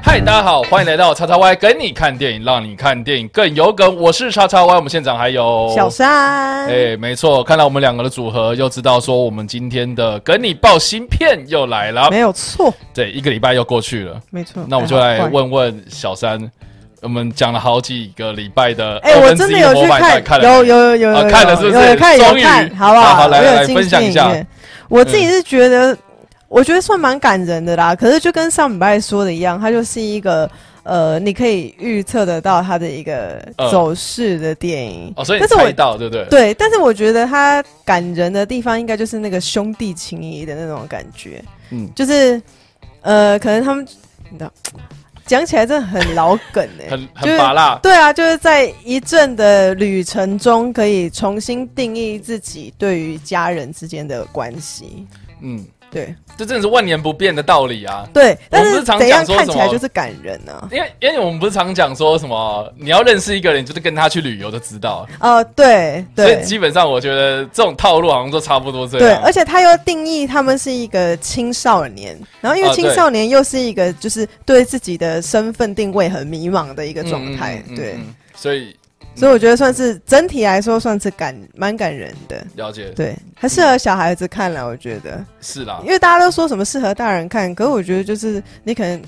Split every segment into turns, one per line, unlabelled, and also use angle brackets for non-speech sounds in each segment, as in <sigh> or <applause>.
嗨，大家好，欢迎来到叉叉 Y 跟你看电影，让你看电影更有梗。我是叉叉 Y，我们现场还有
小三，
哎、没错，看到我们两个的组合，又知道说我们今天的跟你报新片又来了。
没有错，
对，一个礼拜又过去了，
没错。
那我们就来
哎，好快
问问小三，我们讲了好几个礼拜的
哎，
二
我
分
真
之
的
一的
有
模
去
板到底看
看，
了
有
没
有有有
啊
有
看了是不是
有有看有
终于
看，好不
好好来
我
来
有进
分享一下
电影院我自己是觉得，我觉得算蛮感人的啦。可是就跟上礼拜说的一样，它就是一个。呃，你可以预测得到它的一个
嗯
走势的电影，
哦，所以你
但是我
猜到对不对？
对，但是我觉得它感人的地方应该就是那个兄弟情谊的那种感觉，
嗯，
就是呃，可能他们你知道，讲起来真的很老梗哎、
很
就
很
是
拔辣，
对啊，就是在一阵的旅程中，可以重新定义自己对于家人之间的关系。
嗯，
对
这真的是万年不变的道理啊。
对，但
我
是
们常
怎样
讲说
看
什
起来
么
就是感人呢、啊？
因为因为我们不是常讲说什么，你要认识一个人，你就是跟他去旅游就知道。
呃，对
所以
对
基本上我觉得这种套路好像都差不多这
对，
样。
而且他又定义他们是一个青少年，然后因为
啊
青
对
少年又是一个就是对自己的身份定位很迷茫的一个
嗯
状态，对，
嗯所以
所以我觉得算是整体来说算是感蛮感人的。
了解
对，还适合小孩子看了，我觉得。
是啦
因，为大家都说什么适合大人看，可是我觉得就是你可能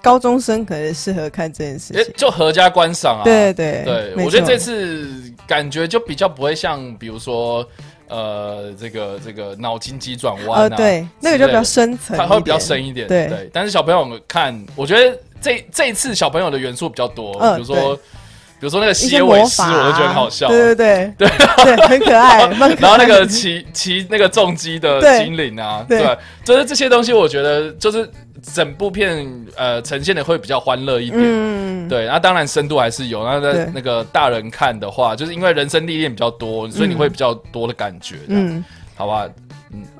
高中生可能适合看这件事
也
情。
就合家观赏啊。
对对
对，
没
我觉得
错
这次感觉就比较不会像比如说呃这个这个脑筋急转弯啊，
呃对，那个就比较深层一
它
点，
会比较深一点，
对
但是小朋友看，我觉得这这一次小朋友的元素比较多，
嗯
比如说比如说那个
一
蝎
些
尾
魔
狮，
法、啊
我就觉得很好笑。啊
对对
<laughs>
对对对，很可爱，蛮 <laughs> 可
然后
爱
那个
的
骑骑那个重击的
对
精灵啊，
对
对，就是这些东西，我觉得就是整部片呃呈现的会比较欢乐一点。
嗯，
对，啊那当然深度还是有。那在
对
那个大人看的话，就是因为人生历练比较多，所以你
嗯
会比较多的感觉，嗯，
嗯，
好
<laughs>
吧？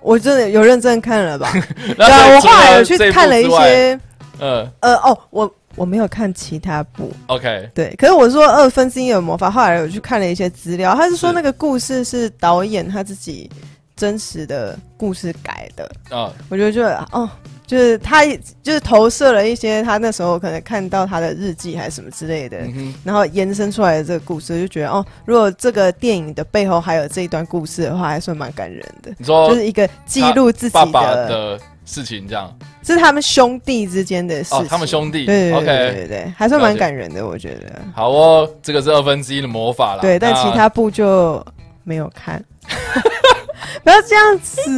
我真的有认真看
<laughs>
了吧？
那
对啊，
所以
我
除
后来
这
有去
部
看了一
之外，
些，
呃
呃，哦，我我没有看其他部，
，OK，
对，可是我说二分之一的魔法，后来我去看了一些资料，他是说
是
那个故事是导演他自己真实的故事改的，
啊、
我觉得就哦，就是他就是投射了一些他那时候可能看到他的日记还是什么之类的，
嗯哼，
然后延伸出来的这个故事，我就觉得哦，如果这个电影的背后还有这一段故事的话，还算蛮感人的，
你说
就是一个记录自己
哦爸爸的事情这样
是他们兄弟之间的事情，
哦，他们兄弟
对对
o
对对
k
对对，还算蛮
了解
感人的，我觉得。
好哦，这个是二分之一的魔法啦。
对，但其
那
他部就没有看。 <laughs> 不要这样子，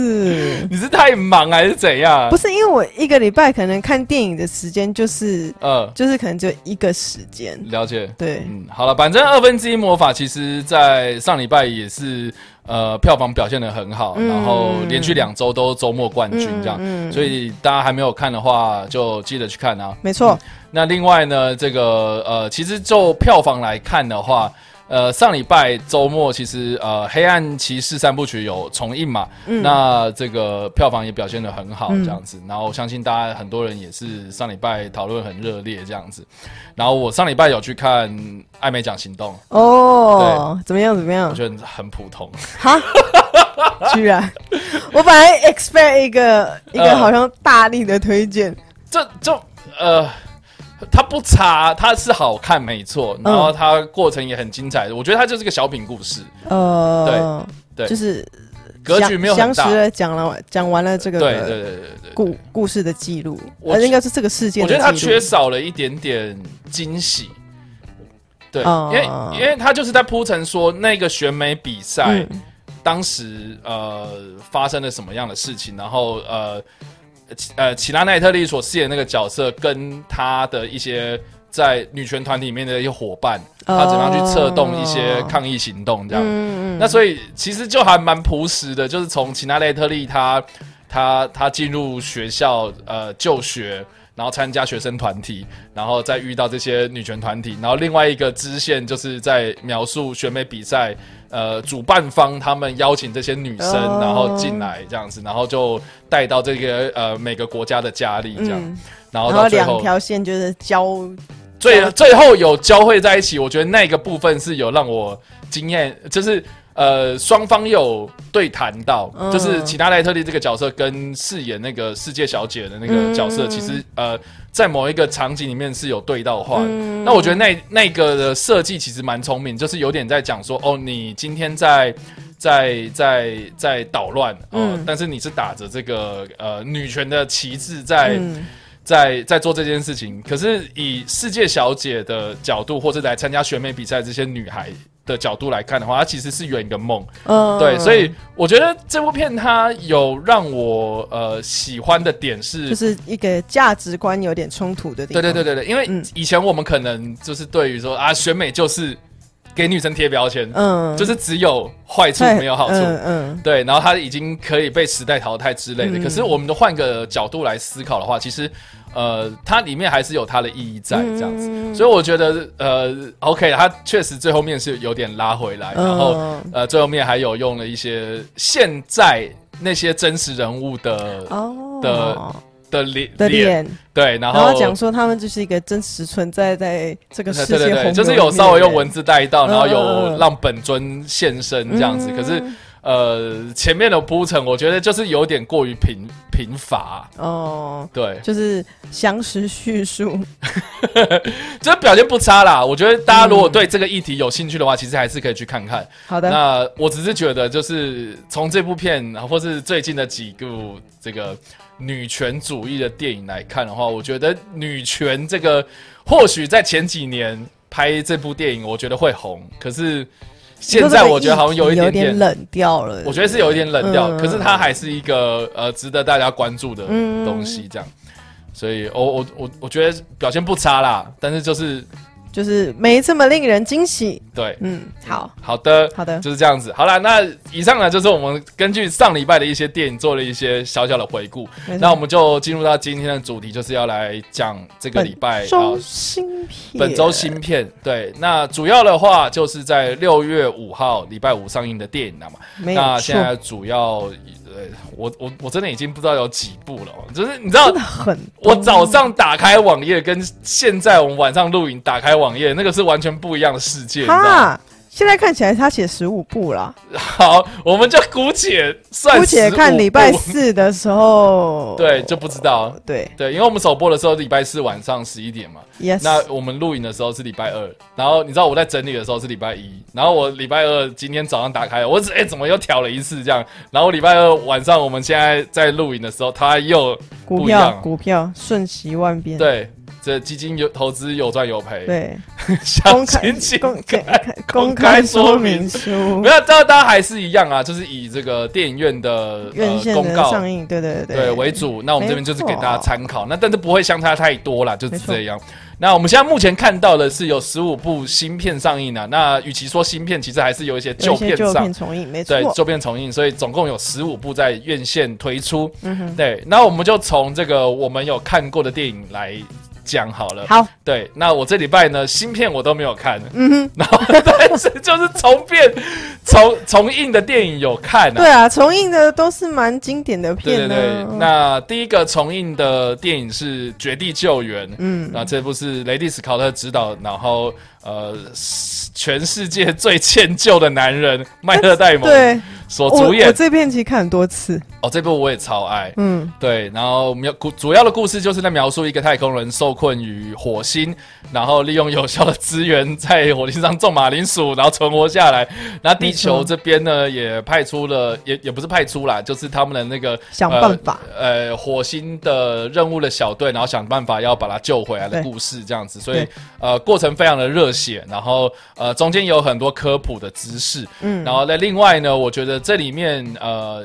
你是太忙还是怎样？
不
是，
是因为我一个礼拜可能看电影的时间就是
呃，
就是可能就一个时间，
了解。
对，
嗯，好了，反正二分之一魔法其实，在上礼拜也是呃票房表现的很好，
嗯
然后连续两周都周末冠军这样，
嗯嗯
所以大家还没有看的话，就记得去看啊。
没错，
那另外呢，这个呃，其实就票房来看的话，呃，上礼拜周末其实呃，《黑暗骑士》三部曲有重映嘛，
嗯
那这个票房也表现的很好，
嗯
这样子。然后我相信大家很多人也是上礼拜讨论很热烈这样子。然后我上礼拜有去看《艾美奖行动》，
哦，怎么样怎么样
我？觉得很普通， <laughs>
哈，居然，我本来 expect 一个一个
呃
好像大力的推荐，
这就呃。它不差，它是好看没错，然
嗯
后它过程也很精彩。我觉得它就是个小品故事，
呃，
对对
就是
格
详
局没有
详
很
实
大。
的讲了讲完了这
对对
个
对对对。
故故事的记录，
我
呃，
觉
应该是这个事件
我
的
觉
记
得
录，
它缺少了一点点惊喜。对，
哦
因为因为他就是在铺陈说那个选美比赛、
嗯
当时呃发生了什么样的事情，然后呃齐呃齐拉奈特利所饰演的那个角色跟他的一些在女权团体里面的一些伙伴，他怎么样去策动一些
呃
抗议行动这样。
哦嗯
那所以其实就还蛮朴实的，就是从齐纳雷特利他他他进入学校呃就学，然后参加学生团体，然后再遇到这些女权团体，然后另外一个支线就是在描述选美比赛，呃，主办方他们邀请这些女生，
哦
然后进来这样子，然后就带到这个呃每个国家的佳丽这样，
嗯
然后
然
到
后
最
两
后
条线就是交
最最后有交汇在一起，我觉得那个部分是有让我惊艳，就是呃双方有对谈到，
嗯
就是齐娜莱特利这个角色跟饰演那个世界小姐的那个角色，
嗯
其实呃在某一个场景里面是有对到话的。
嗯
那我觉得那那个的设计其实蛮聪明，就是有点在讲说哦，你今天在。在在在捣乱哦，
嗯
但是你是打着这个呃女权的旗帜在、
嗯
在在做这件事情。可是以世界小姐的角度，或者来参加选美比赛这些女孩的角度来看的话，她其实是圆一个梦。
嗯
对，所以我觉得这部片它有让我呃喜欢的点是。
就是一个价值观有点冲突的地
对
方。
对对对对，因为
嗯
以前我们可能就是对于说啊，选美就是给女生贴标签，
嗯，
就是只有坏处
对
没有好处，
嗯嗯
对，然后他已经可以被时代淘汰之类的。
嗯
可是我们都换个角度来思考的话，其实，呃，它里面还是有它的意义在这样子。
嗯
所以我觉得，呃，OK，它确实最后面是有点拉回来，然后、
嗯
呃，最后面还有用了一些现在那些真实人物的、
哦
的的脸
的脸，
对，然
然
后
后讲说他们就是一个真实存在在这个
对
世
对
界
对
洪
对，
流里面的人，
就是有稍微用文字带到，然后
嗯嗯
有
嗯
让本尊现身这样子。
嗯
可是呃，前面的铺陈，我觉得就是有点过于贫贫乏，
哦。
对，
就是详实叙述， <laughs>
这表现不差啦。我觉得大家如
嗯
果对这个议题有兴趣的话，其实还是可以去看看。
好的，
那我只是觉得，就是从这部片，或是最近的几部这个女权主义的电影来看的话，我觉得女权这个或许在前几年拍这部电影，我觉得会红，可是现在我觉得好像有一
有
点点
冷掉了。
我觉得是有一点冷掉，
嗯
可是它还是一个呃值得大家关注的
嗯
东西，这样。所以，我我我我觉得表现不差啦，但是就是
就是没这么令人惊喜。
对，
嗯，好
好的，
好的，
就是这样子。好啦，那以上呢就是我们根据上礼拜的一些电影做了一些小小的回顾，
没错
那我们就进入到今天的主题，就是要来讲这个礼拜
本
啊
周新片，
本周新片。对，那主要的话就是在六月五号礼拜五上映的电影了嘛。
没有
那
错，
现在主要，呃，我我我真的已经不知道有几部了哦，就是你知道
真的，很多
我早上打开网页跟现在我们晚上录影打开网页，那个是完全不一样的世界，你知道吗？
哈，现在看起来他写十五部啦，
好，我们就姑且算，
姑且看礼拜，四的时候，
<laughs> 对，就不知道。
对
对，因为我们首播的时候礼拜四晚上十一点嘛，
，yes，
那我们录影的时候是礼拜二，然后你知道我在整理的时候是礼拜一，然后我礼拜二今天早上打开，我只哎、怎么又调了一次这样，然后礼拜二晚上我们现在在录影的时候，它又
股
不一样
票股票瞬息万变，
对这基金有投资有赚有赔，
对，
小
公开
心情
公
感
开公
开
开
说
说
明
明书
没，有，知道大家还是一样啊，就是以这个电影院的
院线
呃、公
的
告
上映，对对
对为主，那我们这边就是给大家
没错
参考，那但是不会相差太多啦，就是
没错
这样。那我们现在目前看到的是有十五部新片上映啊，那与其说新片，其实还是有一些
有
旧
一些
片
旧
上，
片重映，没错
对，旧片重映，所以总共有十五部在院线推出。
嗯哼，
对，那我们就从这个我们有看过的电影来讲好了。
好，
对，那我这礼拜呢，新片我都没有看，
嗯哼。
<laughs> 然后但是就是重片重重映的电影有看啊
对。啊，重映的都是蛮经典的
对对
片呢、啊
对，那第一个重映的电影是《绝地救援》，
嗯，
那这部是雷迪斯考特执导，然后呃，全世界最歉疚的男人迈特戴蒙
对，
所
我
主
我
演。
这片其实看很多次，
哦，这部我也超爱。
嗯，
对，然后描故主要的故事就是在描述一个太空人受困于火星，然后利用有效的资源在火星上种马铃薯，然后存活下来。 <laughs> 那地球
没错
这边呢，也派出了，也也不是派出啦，就是他们的那个
想办法，
呃，火星的任务的小队，然后想办法要把它救回来的
对
故事，这样子，所以
对
呃，过程非常的热血，然后呃，中间有很多科普的知识，
嗯，
然后在另外呢，我觉得这里面呃，呃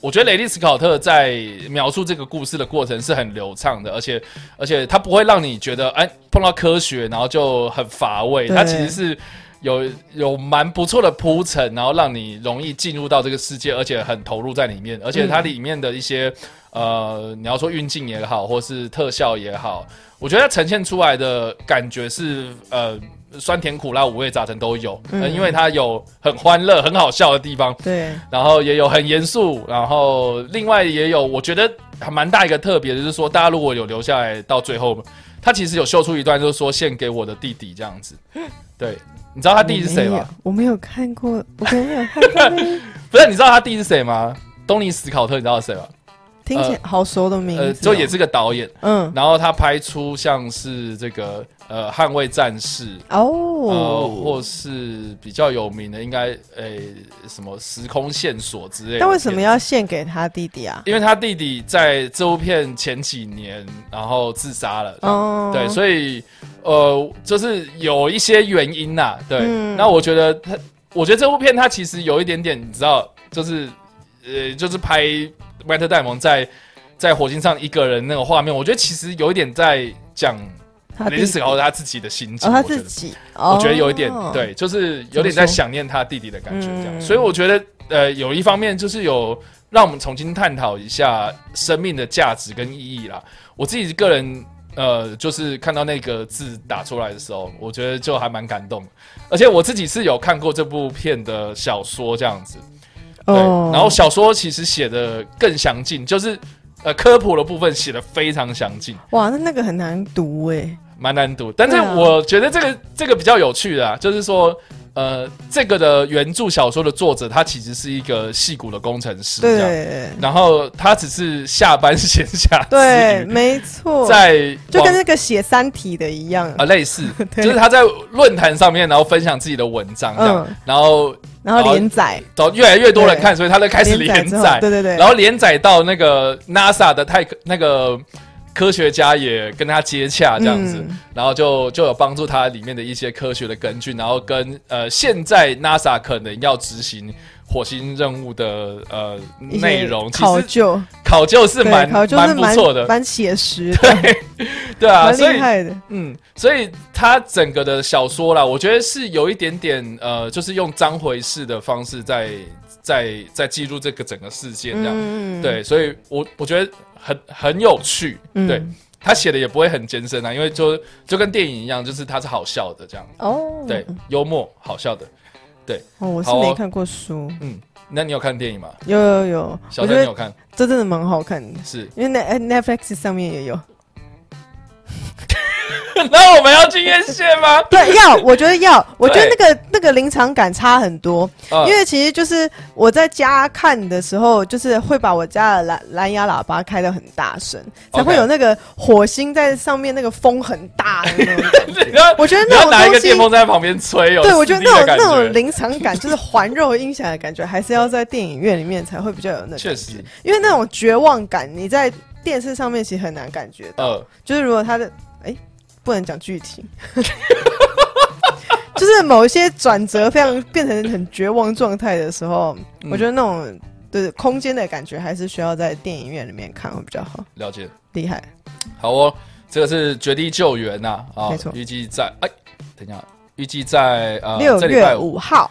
我觉得雷利斯考特在描述这个故事的过程是很流畅的，而且而且他不会让你觉得哎碰到科学然后就很乏味，
对
他其实是。有有蛮不错的铺陈，然后让你容易进入到这个世界，而且很投入在里面，而且它里面的一些、呃，你要说运镜也好，或是特效也好，我觉得它呈现出来的感觉是呃酸甜苦辣五味杂陈都有，
嗯
呃因为它有很欢乐、很好笑的地方，
对，
然后也有很严肃，然后另外也有我觉得还蛮大一个特别的，就是说大家如果有留下来到最后他其实有秀出一段，就是说献给我的弟弟这样
<laughs>
子。对，你知道他弟是谁呃吗？
我没有看过，我没有看过那个，
不是，你知道他弟是谁吗？东尼史考特，你知道是谁吗？
听起来好熟的名字哦、
呃，就也是个导演，
嗯
然后他拍出像是这个呃《捍卫战士》呃，
哦，
或是比较有名的，应该诶、什么时空线索之类的。
但为什么？要献给他弟弟啊？
因为他弟弟在这部片前几年，然后自杀了。
哦，
对，所以呃，就是有一些原因呐、对，
嗯
那我觉得他，我觉得这部片它其实有一点点，你知道，就是呃，就是拍迈特戴蒙在在火星上一个人那个画面，我觉得其实有一点在讲
他
雷
弟
斯
弟
考特他自己的心情，
哦，他
我觉
自
得
己，哦
我
我
觉得有一点，对，就是有点在想念他弟弟的感觉，这样。所以我觉得，呃，有一方面就是有让我们重新探讨一下生命的价值跟意义啦。我自己个人，呃，就是看到那个字打出来的时候，我觉得就还蛮感动的。而且我自己是有看过这部片的小说这样子，对。
哦，
然后小说其实写的更详尽，就是呃科普的部分写的非常详尽。
哇，那那个很难读哎，
蛮难读，但是
对啊
我觉得这个、这个比较有趣的啊，就是说，呃，这个的原著小说的作者他其实是一个戏骨的工程师，
对
这样，然后他只是下班闲暇之
对，
余
没错，
在
就跟
网
那个写《三体》的一样，
啊类似，就
<laughs> 对
是他在论坛上面，然后分享自己的文章，这样，
嗯
然后
然后连载，
找越来越多人
对
看，所以他就开始连
之后
载，
对对对，
然后连载到那个 NASA 的太那个科学家也跟他接洽这样子，
嗯
然后就就有帮助他里面的一些科学的根据，然后跟呃现在 NASA 可能要执行火星任务的呃
一些
内容，其
考
实
究
考究是
对
蛮
考究是
不错的，
蛮
<laughs>
写实的，
对啊，
蛮
所
厉
以
害的，
嗯，所以他整个的小说啦，我觉得是有一点点呃，就是用章回式的方式在在在记录这个整个事件这样。
嗯，
对，所以我我觉得很很有趣，
嗯
对他写的也不会很艰深啊，因为就就跟电影一样，就是它是好笑的这样，
哦，
对，幽默好笑的。
哦，我是
好哦
没看过书，
那你有看电影吗？
有有有，
小
我觉
三你
得
有看？
这真的蛮好看的，
是， <laughs>
因为那哎 Netflix 上面也有，
那我们要去院线吗？
对，要，我觉得要，我觉得
对
那个那个临场感差很多，
呃
<laughs> 因为其实就是我在家看的时候，就是会把我家的蓝蓝牙喇叭开的很大声，才
OK
会有那个火星在上面那个风很大的 <laughs> 那种感
啊你
觉。
要
我觉得
你
那
要
种
拿一个
东
电风
西，
扇在旁边吹哦，
对我觉得那
有
种那种临场感，就是环绕音响的感觉，还是要在电影院里面才会比较有那种，
确实，
因为那种绝望感，你在电视上面其实很难感觉到。
呃，
就是如果他的哎、不能讲具体， <laughs> 就是某一些转折非常变成很绝望状态的时候，
嗯
我觉得那种对空间的感觉还是需要在电影院里面看会比较好，
了解。
厉害。
好哦，这个是《绝地救援》呐，啊
没错，
预计在哎，等一下，预计在呃
六、
这礼
月
拜五
五嗯号，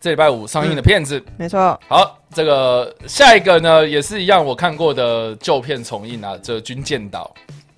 这礼拜五上映的片子，
没错，
好，这个下一个呢，也是一样，我看过的旧片重映啊，这《军舰岛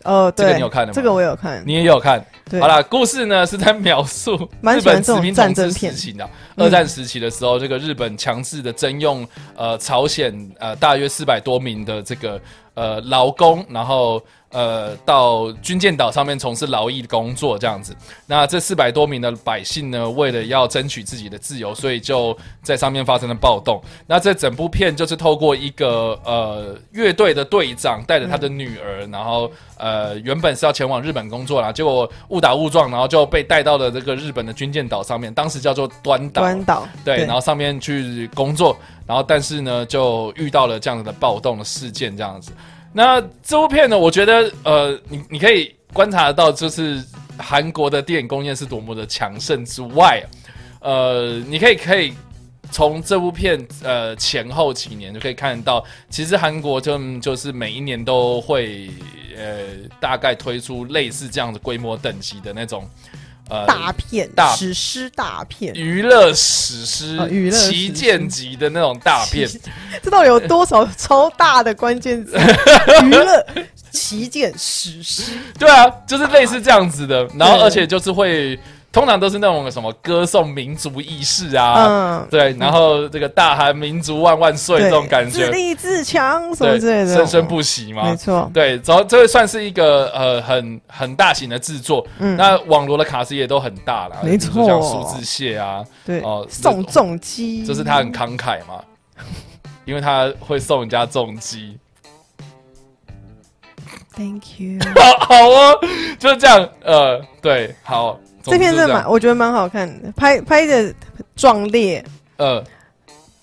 哦，
这个
对，
你有看的吗
这个我有看》，，
你也有看。
对，
好啦，故事呢是在描述
蛮
日
喜欢
本
这
殖
种
民统
战
治
争
时
片
期的、
嗯
二战时期的时候，这个日本强制的征用呃朝鲜呃大约四百多名的这个呃劳工，然后呃到军舰岛上面从事劳役工作这样子。那这四百多名的百姓呢，为了要争取自己的自由，所以就在上面发生了暴动。那这整部片就是透过一个呃乐队的队长带着他的女儿，然后呃原本是要前往日本工作啦，结果误打误撞，然后就被带到了这个日本的军舰岛上面，当时叫做端岛。
关岛，
对，然后上面去工作，然后但是呢，就遇到了这样子的暴动的事件，这样子。那这部片呢，我觉得呃，你你可以观察得到，就是韩国的电影工业是多么的强盛之外，呃，你可以可以从这部片呃前后几年就可以看得到，其实韩国就就是每一年都会呃大概推出类似这样的规模等级的那种呃
大片
大，嗯
史诗大片，
娱乐史诗、
哦娱乐史诗
旗舰级的那种大
<laughs>
片，
这到底有多少超大的关
<laughs>
键字？娱乐旗舰史诗，
对啊，就是类似这样子的。然后
对
而且就是会通常都是那种什么歌颂民族意识啊，
嗯，
对，然后这个大喊民族万万岁这种感
自
觉，
立自强什么
对，
之类的，
生生不啊息嘛，
没错，
对，然后这个算是一个呃很很大型的制作，
嗯
那网罗的卡司也都很大啦，
没
比如说像
错
苏志燮啊，
对
哦，
宋仲基，
就是他很慷慨嘛，因为他会送人家重击，
，Thank you，
好好哦，就是这样，呃，对，好，
这片
片
真的蛮，我觉得蛮好看的，拍拍的壮烈。
呃，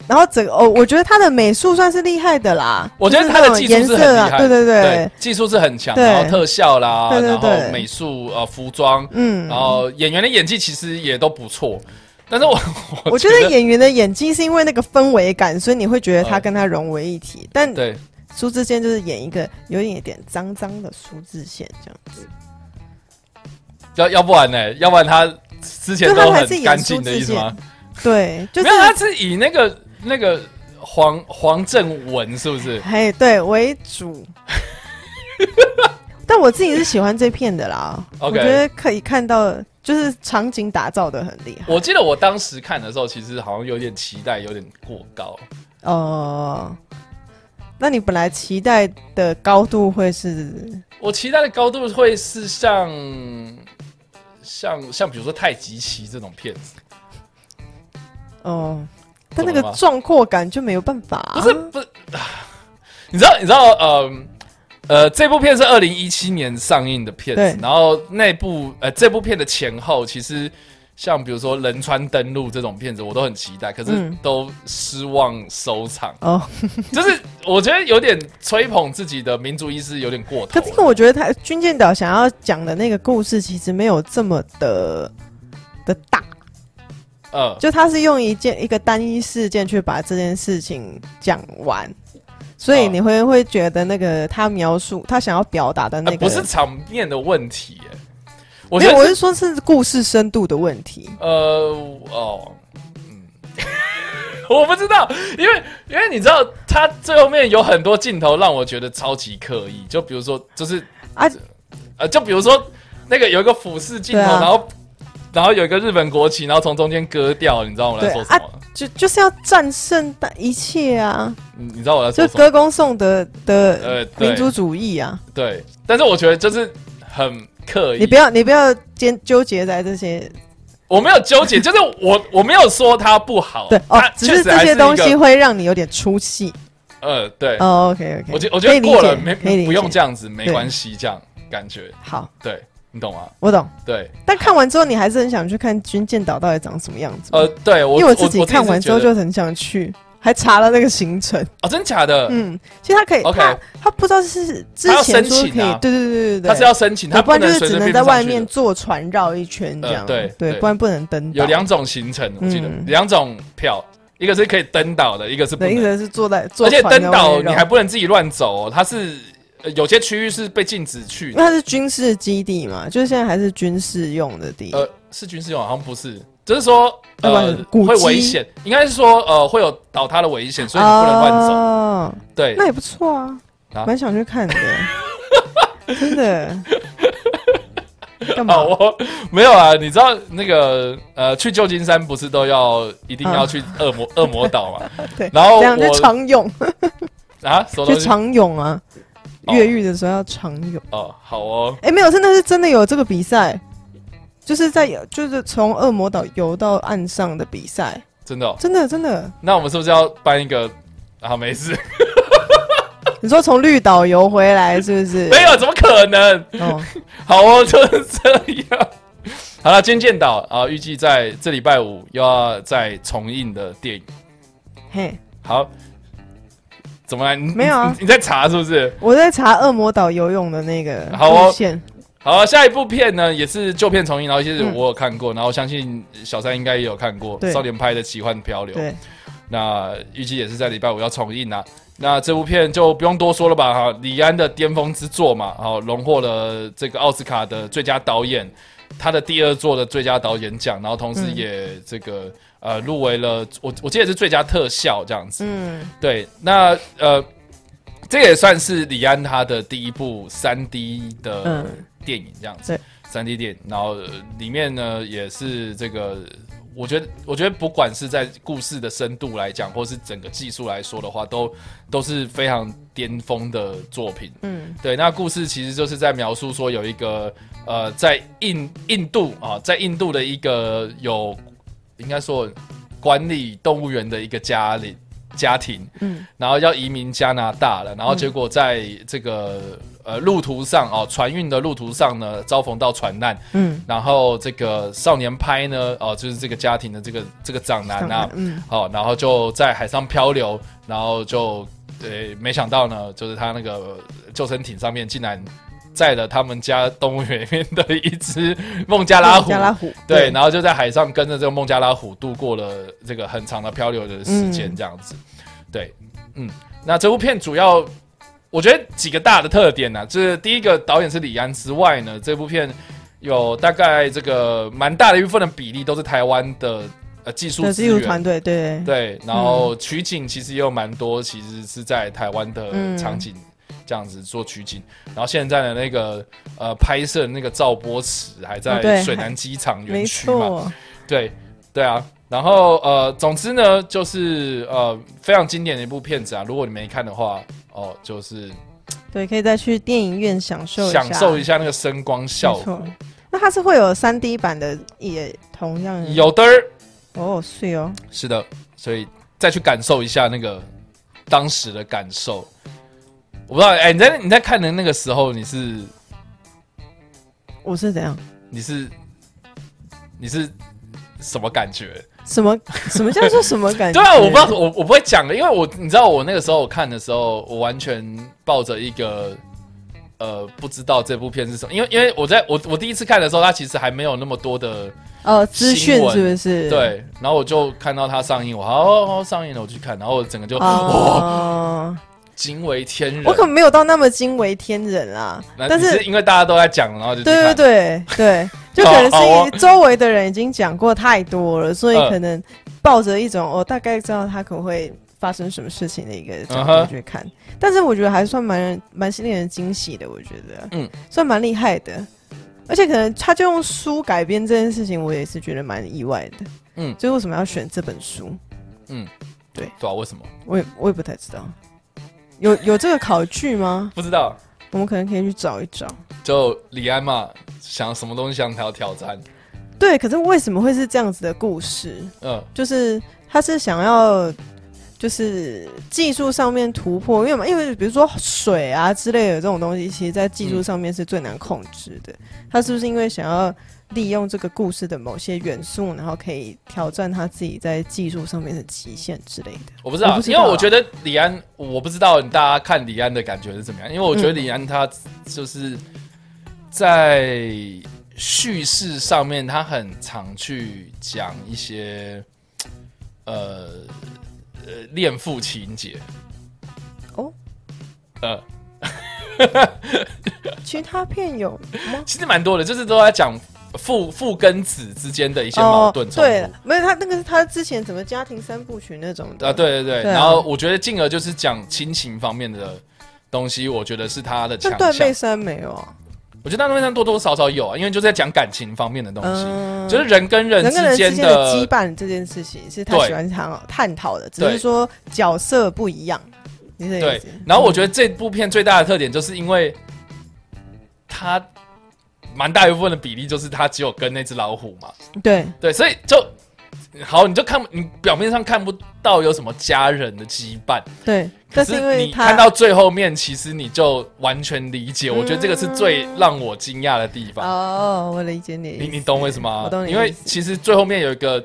然后整个哦，我觉得他的美术算是厉害的啦。
我觉得
就是
他
那
的
种
技术
颜
是
色
很厉
啊
害，
对对
对，，技术是很强，
对
然后特效啦，
对对
然后
对
美术呃服装，
嗯
然。后演员的演技其实也都不错，但是我
嗯我觉得演员的演技是因为那个氛围感，所以你会觉得他跟他融为一体。但
对。
苏志燮就是演一个有一点脏脏的苏志燮这样
<laughs>
子，
要要不然呢、要不然他之前
对
都
他还
很
是演
干净的
苏
意
志
思吗？
对，就是
没有，他是以那个那个黄黄正文是不是？
嘿对为
<laughs>
主。但我自己是喜欢这片的啦
OK
我觉得可以看到，就是场景打造的很厉害。
我记得我当时看的时候，其实好像有点期待，有点过高。
哦、那你本来期待的高度会是
我期待的高度会是像像像比如说太极旗这种片子，
哦、
怎
但那
么
个
了吗
壮阔感就没有办法、啊
不是、不是， <sighs> 你知道你知道呃呃，这部片是二零一七年上映的片子
对，
然后那部呃这部片的前后其实。像比如说《仁川登陆》这种片子，我都很期待，可是
嗯
都失望收场。 <laughs>
哦。
就是我觉得有点吹捧自己的民族意识有点过头
可
了。
这个我觉得他军舰岛想要讲的那个故事，其实没有这么的的大，
呃，
就他是用一件一个单一事件去把这件事情讲完，所以
哦
你会会觉得那个他描述他想要表达的那
呃
个、
不是场面的问题、耶我
没
觉
有，我
得
是说是故事深度的问题。
呃哦，嗯， <laughs> 我不知道，因为因为你知道，他最后面有很多镜头让我觉得超级刻意，就比如说就是
啊
呃，就比如说那个有一个俯视镜头，
对啊
然后然后有一个日本国旗，然后从中间割掉，你知道我在
对啊
说什么吗？
就就是要战胜大一切啊！
你你知道我在
就
说什么吗？
歌功颂德
呃
的
对
民族主义啊！
对，但是我觉得就是很刻意，
你不要你不要纠纠结在这些
我没有纠结，就是我我没有说它不好，
对哦
它，
只
确
是
实
这
还
些
一个
东西，会让你有点出戏。
呃，对，
哦，OK OK，
我觉我觉得过了没不用这
样。
样子，没
对
关系，这样感觉，
好，
对你懂吗？
我懂。
对，
但看完之后，你还是很想去看军舰岛到底长什么样子吗。
呃，对我
因为我
我
自己
我
看完
是
之后
觉得
就很想去，还查了那个
<laughs>
行程。
哦，真假的，
嗯，其实他可以，
OK
他他不知道是之
他要
前
申
说可以
请啊，
对对对对对，
他是要申请，他
不然就
能
是
随
只
随
能
便
在
便
外
上去
面
的。
坐船绕一圈这样。
呃对对
不然不能登岛。
有两种行程，我记得
嗯
两种票，一个是可以登岛的，一个是不
对，一
能。
直是坐在坐
而且
船在
登
外
岛
面
你
绕
还不能自己乱走哦，它是呃有些区域是被禁止去
因
的
为。它是军事基地嘛，就是现在还是军事用的地。
呃，是军事用，好像不是，就是说
要不然
呃
是古
会
迹
危险，应该是说呃会有倒塌的危险，所以你不能乱走。
哦
对
那，也不错啊，
啊
蛮想去
<laughs>
看的，真的。干
<laughs>
嘛？
哦，我没有啊，你知道那个呃去旧金山不是都要一定要去恶
<laughs>
魔恶魔岛嘛？
嗯对，
然后
这样去
我
长泳，
啊什么
去
东西？
长泳啊！
哦
越狱的时候要长泳。
哦，好哦，
哎，没有，真的是真的有这个比赛，就是在就是从恶魔岛游到岸上的比赛，
真的哦。
真的真的。
那我们是不是要办一个？啊，没事，
你说从绿岛游回来是不是？
没有，怎么可能？
哦，
好哦， <laughs> 就是这样。好了，《尖剑岛》啊，预计在这礼拜五又要再重映的电影。
嘿，
好，怎么了？你
没有啊
你你在查是不是？
我在查恶魔岛游泳的那个
好哦
路线。
好，下一部片呢也是旧片重映，然后其实
嗯
我有看过，然后相信小三应该也有看过
对
少年派的奇幻漂流。
对，
那预计也是在礼拜五要重映啊。那这部片就不用多说了吧，哈，李安的巅峰之作嘛，好，荣获了这个奥斯卡的最佳导演，他的第二座的最佳导演奖，然后同时
嗯
也这个、呃入围了，我我记得是最佳特效这样子。
嗯，
对，那呃，这也算是李安他的第一部三 D 的
嗯
电影这样子。
对
三 D 店，然后、呃里面呢也是这个，我觉得我觉得不管是在故事的深度来讲，或是整个技术来说的话，都都是非常巅峰的作品。
嗯，
对，那故事其实就是在描述说有一个呃，在印印度啊，在印度的一个有应该说管理动物园的一个家里家庭，
嗯，
然后要移民加拿大了，然后结果在这个。呃，路途上哦，船运的路途上呢，遭逢到船难，
嗯，
然后这个少年派呢，哦，就是这个家庭的这个这个长男啊，
嗯，
好、然后就在海上漂流，然后就呃，没想到呢，就是他那个救生艇上面竟然载了他们家动物园里面的一只孟加拉虎，
加拉虎，
对，然后就在海上跟着这个孟加拉虎度过了这个很长的漂流的时间，这样子。对，嗯，那这部片主要我觉得几个大的特点呢、啊就是第一个导演是李安之外呢，这部片有大概这个蛮大的一部分的比例都是台湾的呃技术
的
资
技术
源。
团队，对，
对，然后取景其实也有蛮多，其实是在台湾的场景这样子做取景。然后现在的那个呃拍摄的那个赵波池还
哦对
在水南机场园
没
区嘛，
错，
对对啊。然后呃，总之呢，就是呃非常经典的一部片子啊。如果你没看的话，哦、就是
对，可以再去电影院享受一下，
享受一下那个声光效果
没错。那它是会有三 D 版的，也同样的
有的儿，
哦，是哦，
是的，所以再去感受一下那个当时的感受。我不知道，哎、你在你在看的那个时候，你是
我是怎样？
你是你是什么感觉？
什么什么叫做什么感
<laughs>
觉？
对啊，我不知道，我我不会讲的，因为我你知道，我那个时候我看的时候，我完全抱着一个呃不知道这部片是什么，因为因为我在我我第一次看的时候，它其实还没有那么多的
呃，资讯
新闻
是不是？
对，然后我就看到它上映，我好好好上映了，我去看，然后我整个就哇
哦，
惊为天人。
我可能没有到那么惊为天人啊，
那
但
你是因为大家都在讲，然后就去
对对
看
对对，就可能
好好
是周围的人已经讲过太多了，所以
嗯
可能抱着一种我、哦大概知道他可能会发生什么事情的一个角
嗯哼
度去看，但是我觉得还算蛮蛮令人惊喜的，我觉得，嗯
嗯，
算蛮厉害的。而且可能他就用书改编这件事情，我也是觉得蛮意外的。嗯
嗯，
就是为什么要选这本书，
对啊，为什么
我也我也不太知道。有有这个考据吗？
不知道？
我们可能可以去找一找。
就李安嘛，想什么东西想挑挑战，
对，可是为什么会是这样子的故事？
嗯
就是他是想要就是技术上面突破，因为嘛，因为比如说水啊之类的这种东西，其实在技术上面是最难控制的。他是不是因为想要利用这个故事的某些元素，然后可以挑战他自己在技术上面的极限之类的？
我不知道，
我不知
因
道
为我觉得李安，我不知道大家看李安的感觉是怎么样，因为我觉
嗯
得李安他就是在叙事上面，他很常去讲一些呃呃恋父情节，
哦，
呃，
其他片有吗？
其实蛮多的，就是都在讲父父跟子之间的一些矛盾冲突。
哦对，没有他那个是他之前什么家庭三部曲那种的
啊，对对对，
对啊
然后我觉得进而就是讲亲情方面的东西，我觉得是他的强
但断
项
背。山没有啊，
我觉得大断背山多多少少有啊，因为就在讲感情方面的东西，
嗯
就是人跟人
人跟人
之
之
间
间的羁
的。
绊这件事情是他
对
喜欢探探讨的，只是
对
说角色不一样，你这个意
对
思。，
然后我觉得这部片最大的特点就是因为它蛮大一部分的比例就是它只有跟那只老虎嘛，
对
对，所以就好，你就看你表面上看不到有什么家人的羁绊，
对，
可
但是因为
你
他
看到最后面，其实你就完全理解。我觉得这个是
嗯
最让我惊讶的地方。
哦，我理解你的意思，
你你懂我意思吗？
我懂你的
因为
意思
其实最后面有一个，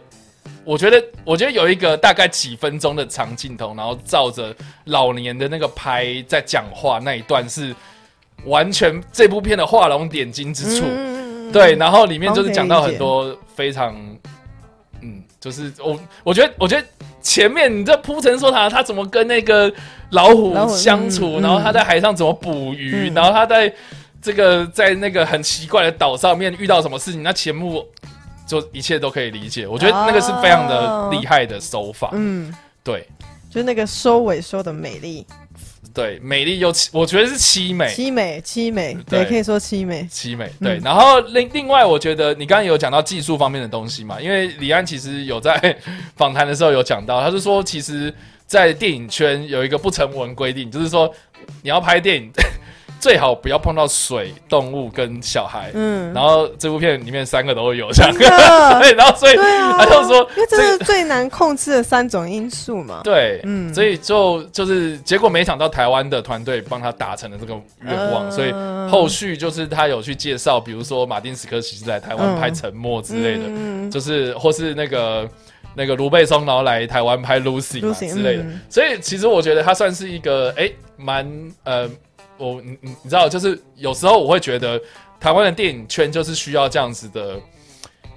我觉得我觉得有一个大概几分钟的长镜头，然后照着老年的那个拍在讲话那一段是完全这部片的画龙点睛之处。
嗯
对，，然后里面就是
OK，
讲到
理解
很多非常，嗯，就是我我觉得我觉得前面你在铺陈说他他怎么跟那个老虎
老虎
相处，
嗯
然后他在海上怎么捕鱼，
嗯
然后他在这个在那个很奇怪的岛上面遇到什么事情，那前幕就一切都可以理解。我觉得那个是非常的厉害的手法，
哦嗯，
对
就那个收尾收的美丽，
对，美丽又凄，我觉得是凄美，
凄美凄美，
对
对，可以说凄美，
凄美，对。
嗯
然后另另外，我觉得你刚刚有讲到技术方面的东西嘛，因为李安其实有在 <laughs> 访谈的时候有讲到，他是说其实，在电影圈有一个不成文规定，就是说你要拍电影， <laughs> 最好不要碰到水、动物跟小孩。
嗯，
然后这部片里面三个都有这样， <laughs>
真的
对，然后所以
对啊，
他就说
因为这
这
是最难控制的三种因素嘛，
对，
嗯
所以就就是结果没想到台湾的团队帮他达成了这个愿望，
嗯
所以后续就是他有去介绍，比如说马丁斯科西斯来台湾
嗯
拍《沉默》之类的，
嗯
就是或是那个那个卢贝松，然后来台湾拍 Lucy 嘛
Lucy，
之类的，
嗯
所以其实我觉得他算是一个哎蛮呃，我你你你知道，就是有时候我会觉得台湾的电影圈就是需要这样子的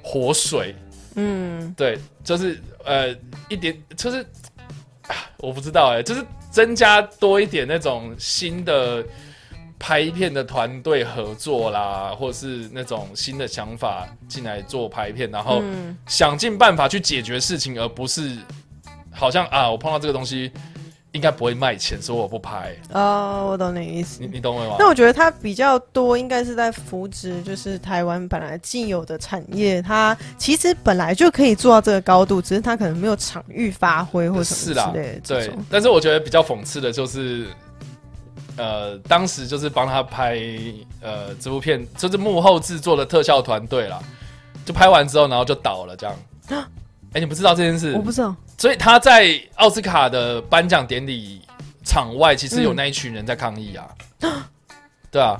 活水，
嗯，
对，就是呃一点，就是啊我不知道哎、就是增加多一点那种新的拍片的团队合作啦，或是那种新的想法进来做拍片，然后
嗯
想尽办法去解决事情，而不是好像啊我碰到这个东西应该不会卖钱，所以我不拍。
哦，我懂你的意思
你。你懂我吗？
那我觉得它比较多，应该是在扶植，就是台湾本来既有的产业，它其实本来就可以做到这个高度，只是它可能没有场域发挥或什
是
么
啦
之类的，这
对
种。，
但是我觉得比较讽刺的就是，呃，当时就是帮他拍呃这部片，就是幕后制作的特效团队啦，就拍完之后，然后就倒了这样。哎、你不知道这件事
我，不知道，
所以他在奥斯卡的颁奖典礼场外，其
嗯
实有那一群人在抗
<gasps>
议啊。对啊，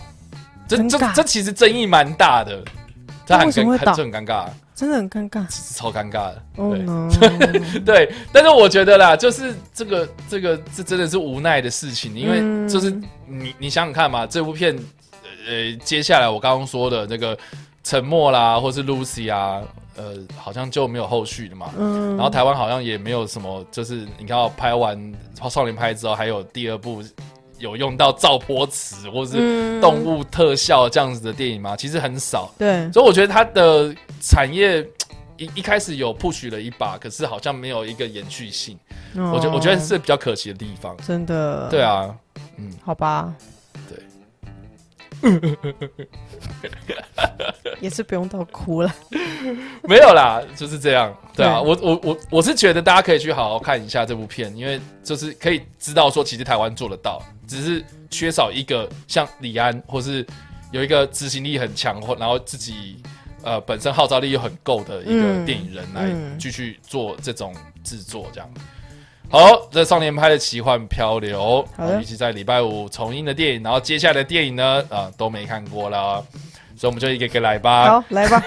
这
很
这
尬
这其实争议蛮大的，这
那
很
为什么
尴
会
很
倒
这很尴尬，
真的很尴尬。
超尴尬的。
Oh
对
no！
<laughs> 对，但是我觉得啦，就是这个这个这真的是无奈的事情，因为
嗯
就是你你想想看嘛，这部片呃接下来我刚刚说的那个沉默啦，或是 Lucy 啊，呃好像就没有后续了嘛。
嗯，
然后台湾好像也没有什么，就是你看到拍完《少年派》之后，还有第二部有用到造波词或是
嗯
动物特效这样子的电影吗？其实很少。
对，
所以我觉得它的产业一一开始有 push 了一把，可是好像没有一个延续性，我觉得我觉得
哦
是比较可惜的地方。
真的。
对，啊，
好吧。
对。
<laughs> 也是不用到哭了。
<laughs> 没有啦，就是这样。对啊，
对
我我我我是觉得大家可以去好好看一下这部片，因为就是可以知道说，其实台湾做得到，只是缺少一个像李安或是有一个执行力很强，或然后自己呃本身号召力又很够的一个
嗯
电影人来
嗯
继续做这种制作这样。好，这少年派的奇幻漂流，
好的
预计在礼拜五重映的电影，然后接下来的电影呢，啊、都没看过啦，所以我们就一个一个来吧。
好，
<laughs>
来吧。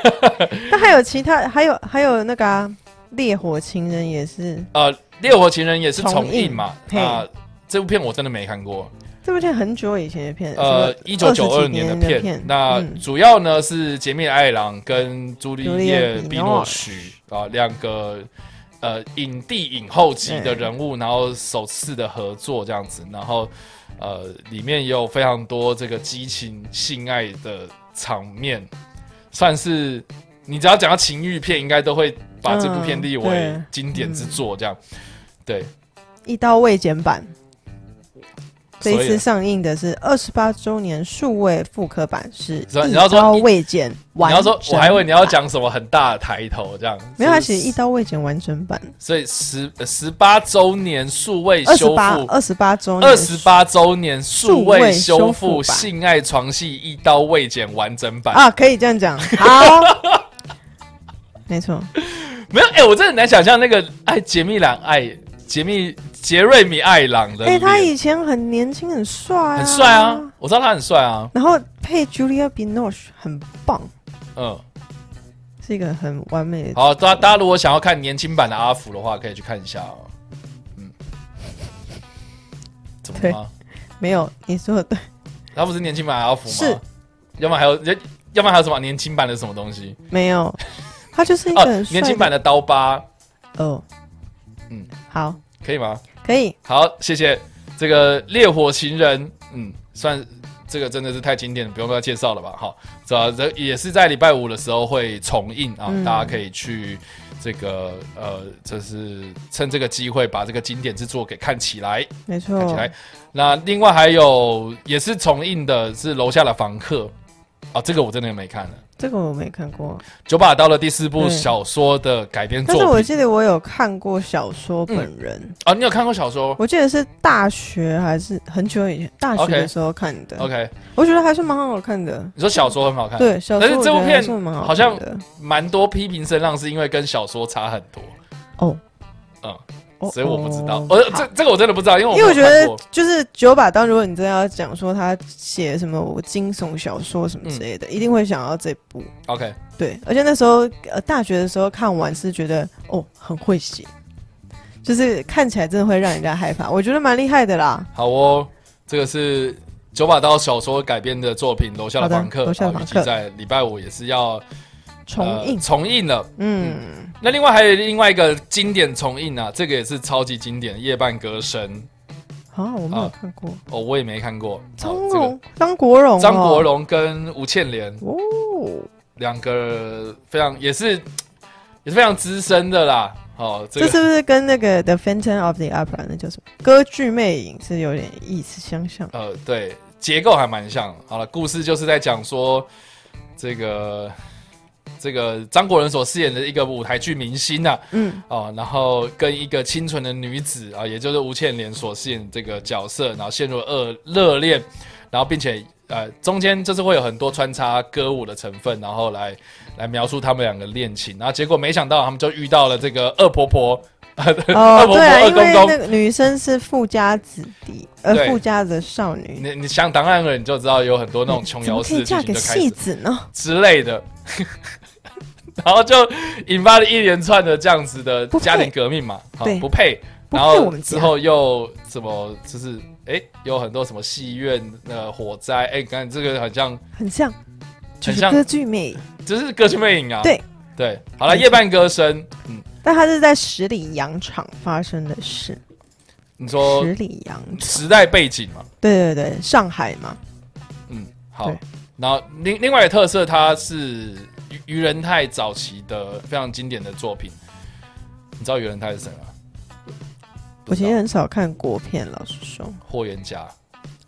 那还有其他，还有还有那个啊烈火情人》也是，
呃，《烈火情人》也是重
重
映
映
嘛，
嘿
啊、这部片我真的没看过，
这部片很久以前的片，
呃，一九九二
20
年的
片。
片，那
嗯
主要呢是杰米·艾朗跟朱丽
朱丽
叶
叶
·
比
比
诺
诺许啊两个呃影帝影后级的人物，然后首次的合作这样子，然后呃里面也有非常多这个激情性爱的场面，算是你只要讲到情欲片，应该都会把这部片
嗯
列为
对
经典之作这样，对。
一刀未剪版。这一
所以呢
次上映的是二十八周年数位复刻版，是
所以你
一
要说
刀未剪
你
完
要
整版。
说，我还以为你要讲什么很大的抬头这样，
没有，它
是
其实一刀未剪完整版，
所以十十八周年数位
二十
修
八
复，
二十八周年，
二十八周年数位修
数
复
位修复版
性爱床戏一刀未剪完整版。
啊，可以这
<laughs>
样讲，好，没错，
没有，哎、我真的很难想象那个爱杰米朗爱杰米杰瑞米艾朗的
哎，
脸，
他以前很年轻，很帅啊，
很帅啊，，我知道他很帅啊，
然后配 Julia Binoche 很棒，
嗯，
是一个很完美的。
好，大家大家如果想要看年轻版的阿福的话，可以去看一下哦，嗯，怎么了
对
吗？
没有，你说的对，
他不是年轻版的阿福吗？
是，
要么还有，要要么还有什么年轻版的什么东西？
没有，他就是一个
哦
很，帅
年
的
轻版的刀疤
哦，
嗯
嗯，好，
可以吗？
可以，
好，谢谢。这个烈火情人，嗯，算这个真的是太经典了，不用再介绍了吧？好，这这也是在礼拜五的时候会重映啊，
嗯
大家可以去这个呃，这是趁这个机会把这个经典之作给看起来，
没
看起
错，
来。那另外还有也是重映的是《楼下的房客》啊，这个我真的没看了。
这个我没看过，
九把刀的第四部
对
小说的改编
但是
作
我
品
记得我有看过小说本人，
啊，你有看过小说
我记得是大学还是很久以前，大学
OK
的时候看的。
？OK，
我觉得还是蛮好看的。
你说小说很好看，
对，小说
但是
我
这
觉
部
得
片
还算蛮
好
好
像
看的。
蛮多批评声浪是因为跟小说差很多，
哦，
嗯
哦，
所以我不知道
哦。
呃，
好
这这个我真的不知道，因为哦我
因为
没
我觉
有看
得
过
就是九把刀，如果你真的要讲说他写什么我惊悚小说什么之类的，
嗯
一定会想到这部。
OK，
对，而且那时候呃大学的时候看完是觉得哦很会写，就是看起来真的会让人家害怕，我觉得蛮厉害的啦。
好哦，这个是九把刀小说改编的作品《楼下的
好的
房客》，
楼下的
啊
房
预计
客
在礼拜五也是要
重
呃
映，
重映了。
嗯，
那另外还有另外一个经典重映啊，这个也是超级经典，《夜半歌声
啊，我没有
啊
看过。》
哦，我也没看过。
张
哦这个
荣、张国荣、
张国。荣跟吴倩莲
哦，
两个非常也是也是非常资深的啦。哦，这
这
个
是不是跟那个《The Phantom of the Opera》那叫什么《歌剧魅影》是有点意思相像？
呃，对，结构还蛮像。好了，故事就是在讲说这个这个张国荣所饰演的一个舞台剧明星啊，
嗯，
哦，然后跟一个清纯的女子啊，也就是吴倩莲所饰演这个角色，然后陷入恶热恋，然后并且呃中间就是会有很多穿插歌舞的成分，然后来来描述他们两个恋情，然后结果没想到他们就遇到了这个恶婆婆， <laughs>
哦
恶，婆婆
对啊，
恶
因为
公公
那个女生是富家子弟，呃，
对
富家的少女。哎
你你想当然了，你就知道有很多那种琼
怎
瑶
么
式
可以
的剧
嫁
情
给
就开始
戏子呢？
之类的， <laughs> 然后就引发了一连串的这样子的
不配
家庭革命嘛，好
对
不配，
不
然
配
后
我们
之
家
后又什么就是哎、有很多什么戏院呃火灾，哎、看这个很像
很像，就
很
是
像
歌剧魅影，
就是歌剧魅影啊，
对
对，好了，夜半歌声，嗯，
但它是在十里洋场发生的事。
你说
十里洋，
时代背景嘛，
对对对，上海嘛，
嗯，好
对，
然后另另外一个特色，它是于于仁泰早期的非常经典的作品，你知道于仁泰是谁吗？
我
不知
其
道
实很少看国片，老实说。
霍元甲。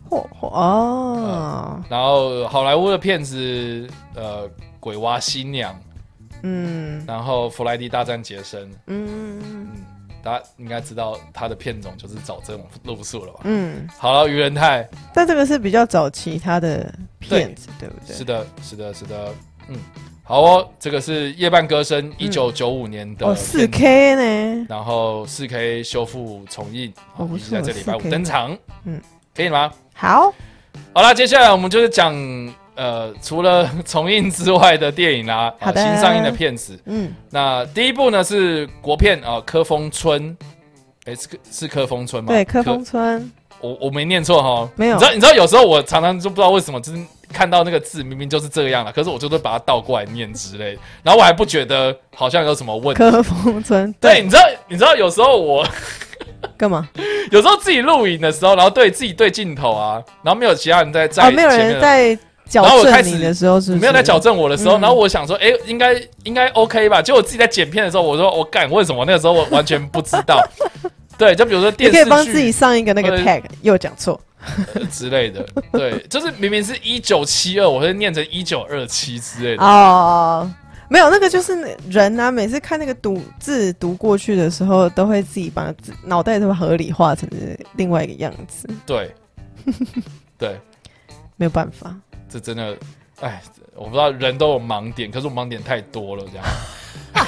嚯嚯哦，
然后好莱坞的片子，呃，《鬼娃新娘》，
嗯
然后《弗莱迪大战杰森》，
嗯
嗯，大家应该知道他的片种就是走这种路数了吧？
嗯，
好了，愚人泰，
但这个是比较早期他的片子，对不
是
对？
的，是的，是的，嗯，好哦，这个是《夜半歌声》一九九五年的
嗯哦，四
片子，
K 呢？
然后四 K 修复重映，
哦不
预
是
计在这礼拜五
4K
登场，嗯
嗯，
可以吗？
好，
好啦，接下来我们就是讲呃，除了 <laughs> 重映之外的电影啦、啊
好的
新上映的片子。
嗯，
那第一部呢是国片啊，柯风村》，诶，是柯是柯风村吗？
对，科
<laughs>
峰村，
我我没念错哈，
没有
你知道你知道有时候我常常就不知道为什么，就是看到那个字明明就是这样了，可是我就会把它倒过来念之类的，然后我还不觉得好像有什么问题。
科峰村，
对，，你知道你知道有时候我
干嘛？
有时候自己录影的时候，然后对自己对镜头啊，然后没有其他人在在
哦，没有
前面
人在矫
然后我开
正
始
你的时候是不是？
没有在矫正我的时候，
嗯
然后我想说，哎、应该应该 OK 吧？结果我自己在剪片的时候，我说我干，为什么那个时候我完全不知
<laughs>
道？对，就比如说
你
电
可以帮
视
自己
剧
上一个那个
呃
tag，又讲错，
呃 <laughs> 之类的，对，就是明明是一九七二，我会念成一九二七之类的。
哦，没有，那个就是人啊，每次看那个读字读过去的时候，都会自己把自脑袋都合理化成另外一个样子，
对，对，
没有办
<laughs>
法。
这真的，哎，我不知道人都有盲点，可是我盲点太多了，这
<laughs>
样。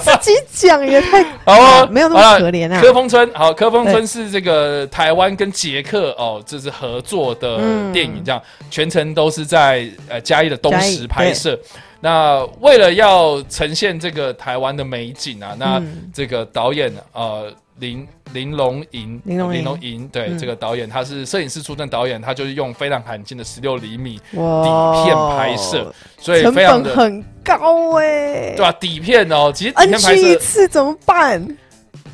自己讲也太
好哦，
啊没有那
好
么
了
可怜啊。
科峰村，好，科峰村
对
是这个台湾跟捷克哦，这是合作的
嗯
电影，这样、全程都是在呃嘉义的东石
嘉义
拍摄。那为了要呈现这个台湾的美景啊，那
嗯
这个导演呃林林龙银
林龙银
龙银对、
嗯
这个导演他是摄影师出身导演，他就是用非常罕见的十六厘米，
哇
底片拍摄，所以
成
非常
本
的
很高哎、
对吧、底片哦，其实底
n
片拍
G 一
摄
次怎么办？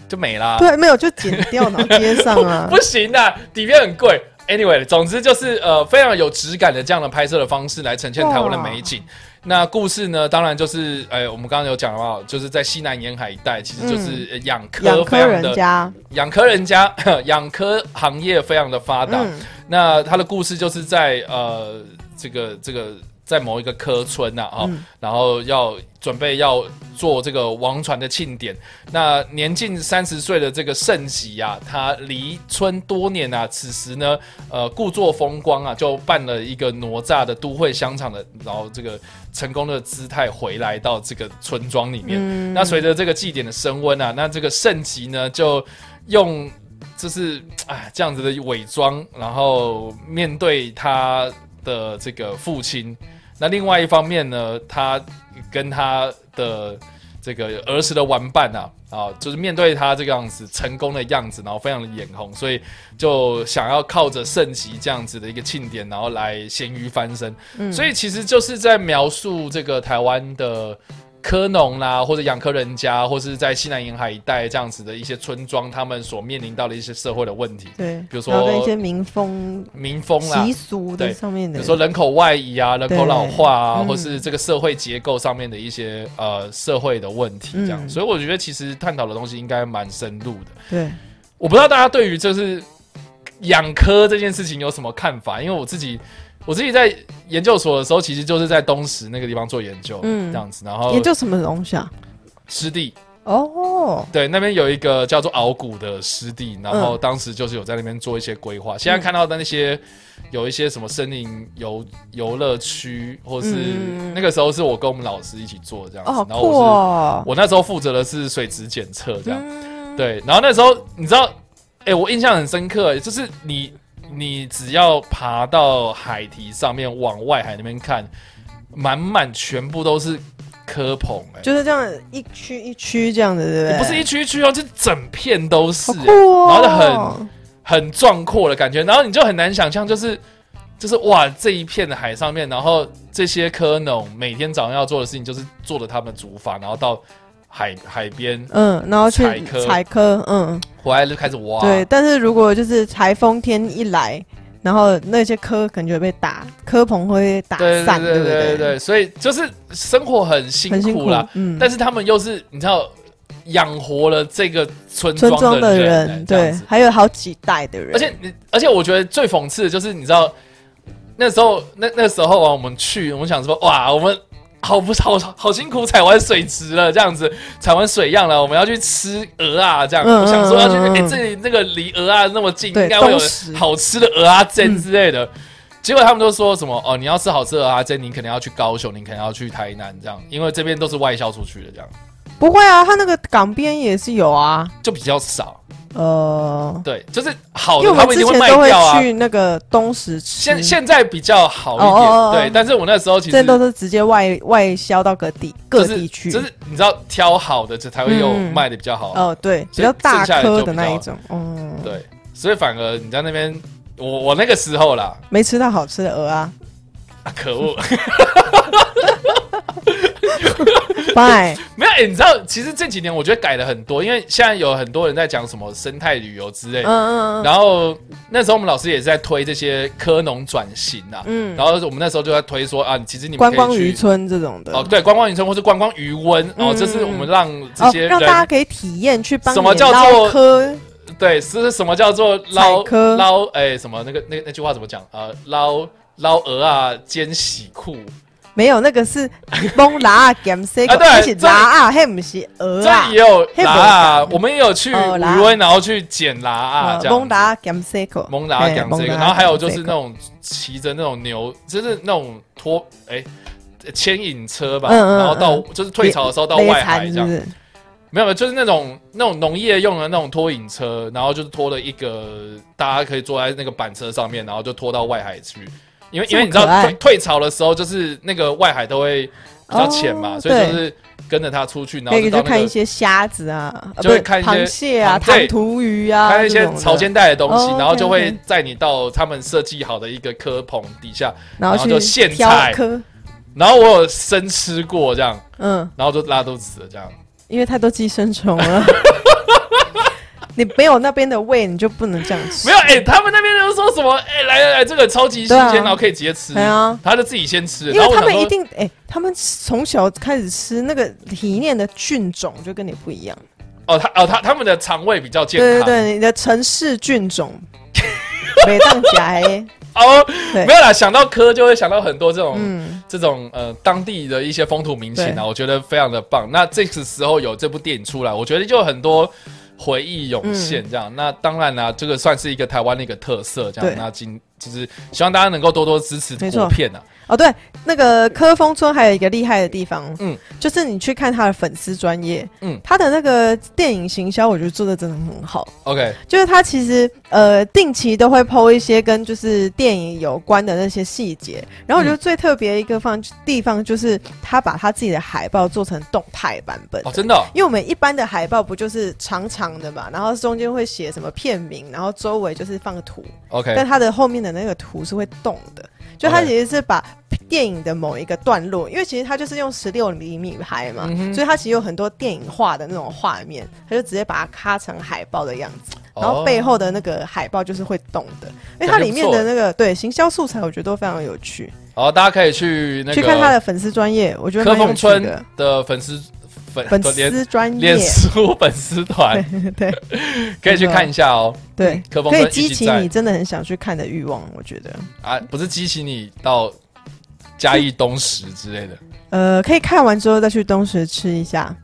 就没啦，
对，没有就剪掉，然后接上啊
不。行啊，底片很贵。Anyway，总之就是呃非常有质感的这样的拍摄的方式来呈现台湾的美景。那故事呢，当然就是，哎，我们刚刚有讲到，就是在西南沿海一带，其实就是呃养
嗯
科非
养科
常
人
的
家，
养科人家 <laughs> 养科行业非常的发达。
嗯
那他的故事就是在呃这个这个在某一个科村呐、啊，哦，
嗯
然后要准备要做这个王船的庆典。那年近三十岁的这个盛喜啊，他离村多年啊，此时呢，呃，故作风光啊，就办了一个哪吒的都会香肠的，然后这个成功的姿态回来到这个村庄里面。
嗯
那随着这个祭典的升温啊，那这个圣吉呢，就用就是哎这样子的伪装，然后面对他的这个父亲。那另外一方面呢，他跟他的这个儿时的玩伴啊，啊，就是面对他这个样子成功的样子，然后非常的眼红，所以就想要靠着圣吉这样子的一个庆典，然后来咸鱼翻身。
嗯
所以其实就是在描述这个台湾的科农啦，或者养科人家，或是在西南沿海一带这样子的一些村庄，他们所面临到的一些社会的问题，
对，
比如说
然后跟一些民风
民风啊啦
习。俗
对
的上面
比
的，
如说人口外移啊，人口老化啊，
嗯
或是这个社会结构上面的一些呃社会的问题，这样，
嗯
所以我觉得其实探讨的东西应该蛮深入的。
对，
我不知道大家对于就是养科这件事情有什么看法，因为我自己我自己在研究所的时候，其实就是在东石那个地方做研究，
嗯
这样子，然后
研究什么东西啊？
湿地，
哦，
对，那边有一个叫做鳌骨的湿地，然
嗯
后当时就是有在那边做一些规划。现在看到的那些有一些什么森林游游乐区，或是、
嗯
那个时候是我跟我们老师一起做这样子，
哦，好
然后
酷
我
哦
是，我那时候负责的是水质检测这样。
嗯，
对，然后那时候你知道，哎、我印象很深刻，就是你你只要爬到海堤上面往外海那边看，满满全部都是科棚、哎，
就是这样一区一区这样的，对不对？
也不是一区一区哦，是整片都是、
好
哎
酷哦，
然后就很壮阔的感觉，然后你就很难想象，就是就是哇，这一片的海上面，然后这些科农每天早上要做的事情就是做了他们的竹筏，然后到海海边
嗯，然后去
采科
采科，嗯，
回来就开始挖，
对。但是如果就是台风天一来，然后那些科可能就会被打，科棚会被打
对
散，
对
不
对对对，所以就是生活很辛
很辛
苦
苦
啦，，
嗯，
但是他们又是你知道养活了这个村
村庄
的
的
人，哎
人，
这样
对
子，
还有好几代的人，
而且你，而且我觉得最讽刺的就是，你知道那时候那那时候啊，我们去，我们想说，哇，我们好不好好辛苦采完水池了，这样子采完水样了，我们要去吃鹅啊，这样，
嗯
我想说要去，
嗯嗯
哎、
嗯
这里那个离鹅啊那么近，
对
应该会有
东石
好吃的鹅啊煎之类的。结果他们都说什么哦，你要吃好吃的鹅啊煎，你可能要去高雄，你可能要去台南这样，因为这边都是外销出去的，这样
不会啊，他那个港边也是有啊，
就比较少。
呃，
对，就是好
因为
的
我
哦他
们
们一
之
定
前
卖
都
掉啊
会。去那个东石吃，
现现在比较好一点，
嗯哦哦哦
对。但是我那时候其
这
实
些都是直接外外销到各地各
就是
地区，
就是你知道挑好的，这才会有
嗯
卖的比较好。
哦，对，比
所以
较大
剩下的就比
颗
较
的那一种，嗯，
对，所以反而你在那边，我我那个时候啦， <laughs>
没吃到好吃的鹅啊， <laughs>
啊、可恶， <laughs> <laughs>
拜，
没有、欸。你知道，其实这几年我觉得改了很多，因为现在有很多人在讲什么生态旅游之类
嗯嗯嗯
然后那时候我们老师也是在推这些科农转型啊，
嗯，
然后我们那时候就在推说啊，其实你们
观
可以
光
去
渔村这种的，
哦，对，观光渔村或是观光渔温哦，
嗯
这是我们让这
哦
些人
让大家可以体验去帮
什么
你
叫
捞
做
科，
对，是什么叫做捞
采科
捞？哎、什么那个那那句话怎么讲？呃，捞捞鹅啊，兼洗裤。
没有那个是崩拉啊 g a m s e
啊对
那是
这
拉啊，嘿不是鹅啊
这，也有
黑
拉
白
啊，
讲
我们也有去
哦拉
余温，然后去捡拉
呃
啊，这样子。
崩拉 g a m s e
蒙达讲这个，
嘿蒙达
然后还有就是
讲这
那
个
种骑着那种牛，就是那种拖哎牵引车吧，
嗯嗯
然后到
嗯
就是退潮的时候到
勒
外海
残
这
是
样
不，是？
没有，没有，就是那种那种农业用的那种拖引车，然后就是拖了一个，大家可以坐在那个板车上面，然后就拖到外海去。因为因为你知道
这么可爱
退退潮的时候，就是那个外海都会比较浅嘛，
哦
所以就是跟着它出去，然
可
后
以
就到
去
那
看一
个
些虾子啊，
就
啊不
会
是
看一些
螃蟹啊、
螃对
糖涂鱼啊，
看一些
这种的
潮，间带的东西，
哦
然后就
OK，OK
会载你到他们设计好的一个科棚底下，
然
然后就
后
现
去
采
挑科，
然后我有生吃过这样，
嗯， <laughs>
然后就拉肚子了这样。 <laughs>
因为太多寄生虫了。啊你没有那边的胃，你就不能这样吃。
没有，哎、他们那边人说什么？哎、来来来，这个超级新
对啊
鲜，然后可以直接吃。
对啊
他就自己先吃，
因
然
为
后我
他
想
们一
说，
定哎、他们从小开始吃那个体内的菌种就跟你不一样。
哦，他哦他他们的肠胃比较健
对对
康。
对，你的城市菌种，
<laughs>
北当夹哎，
哦，
对
没有啦，想到科就会想到很多这种、
嗯，
这种呃当地的一些风土民情
对
啊，我觉得非常的棒。那这个时候有这部电影出来，我觉得就有很多回忆涌现
嗯
这样。那当然啦、这个算是一个台湾的一个特色这样
对。
那今就是希望大家能够多多支持
没错
国片啊。
哦对，那个科峰村还有一个厉害的地方，嗯
嗯，
就是你去看他的粉丝专业，嗯
嗯，
他的那个电影行销，我觉得做的真的很好。
OK，
就是他其实呃定期都会剖一些跟就是电影有关的那些细节，然后我觉得
嗯
最特别一个方地方就是他把他自己的海报做成动态版本。
哦，真的哦、
因为我们一般的海报不就是长长的嘛，然后中间会写什么片名，然后周围就是放个图，但
OK，
它的后面的那个图是会动的，就它
OK
其实是把电影的某一个段落，因为其实它就是用十六厘米拍嘛，
嗯哼
所以它其实有很多电影化的那种画面，它就直接把它咔成海报的样子，
哦
然后背后的那个海报就是会动的，因为它里面的那个对行销素材，我觉得都非常有趣，
好，大家可以去那
去看他
个
的粉丝专业，我觉得
科
蛮有
峰
趣
村
的。
的粉丝粉
粉
脸
丝专业
脸，书粉丝团，
<laughs> 对
可以去看一下哦。
对，
科峰
可以
村
激
一起
起你
在
真的很想去看的欲望，我觉得。
啊，不是激起你到嘉义东石之类的。
呃，可以看完之后再去东石吃一下，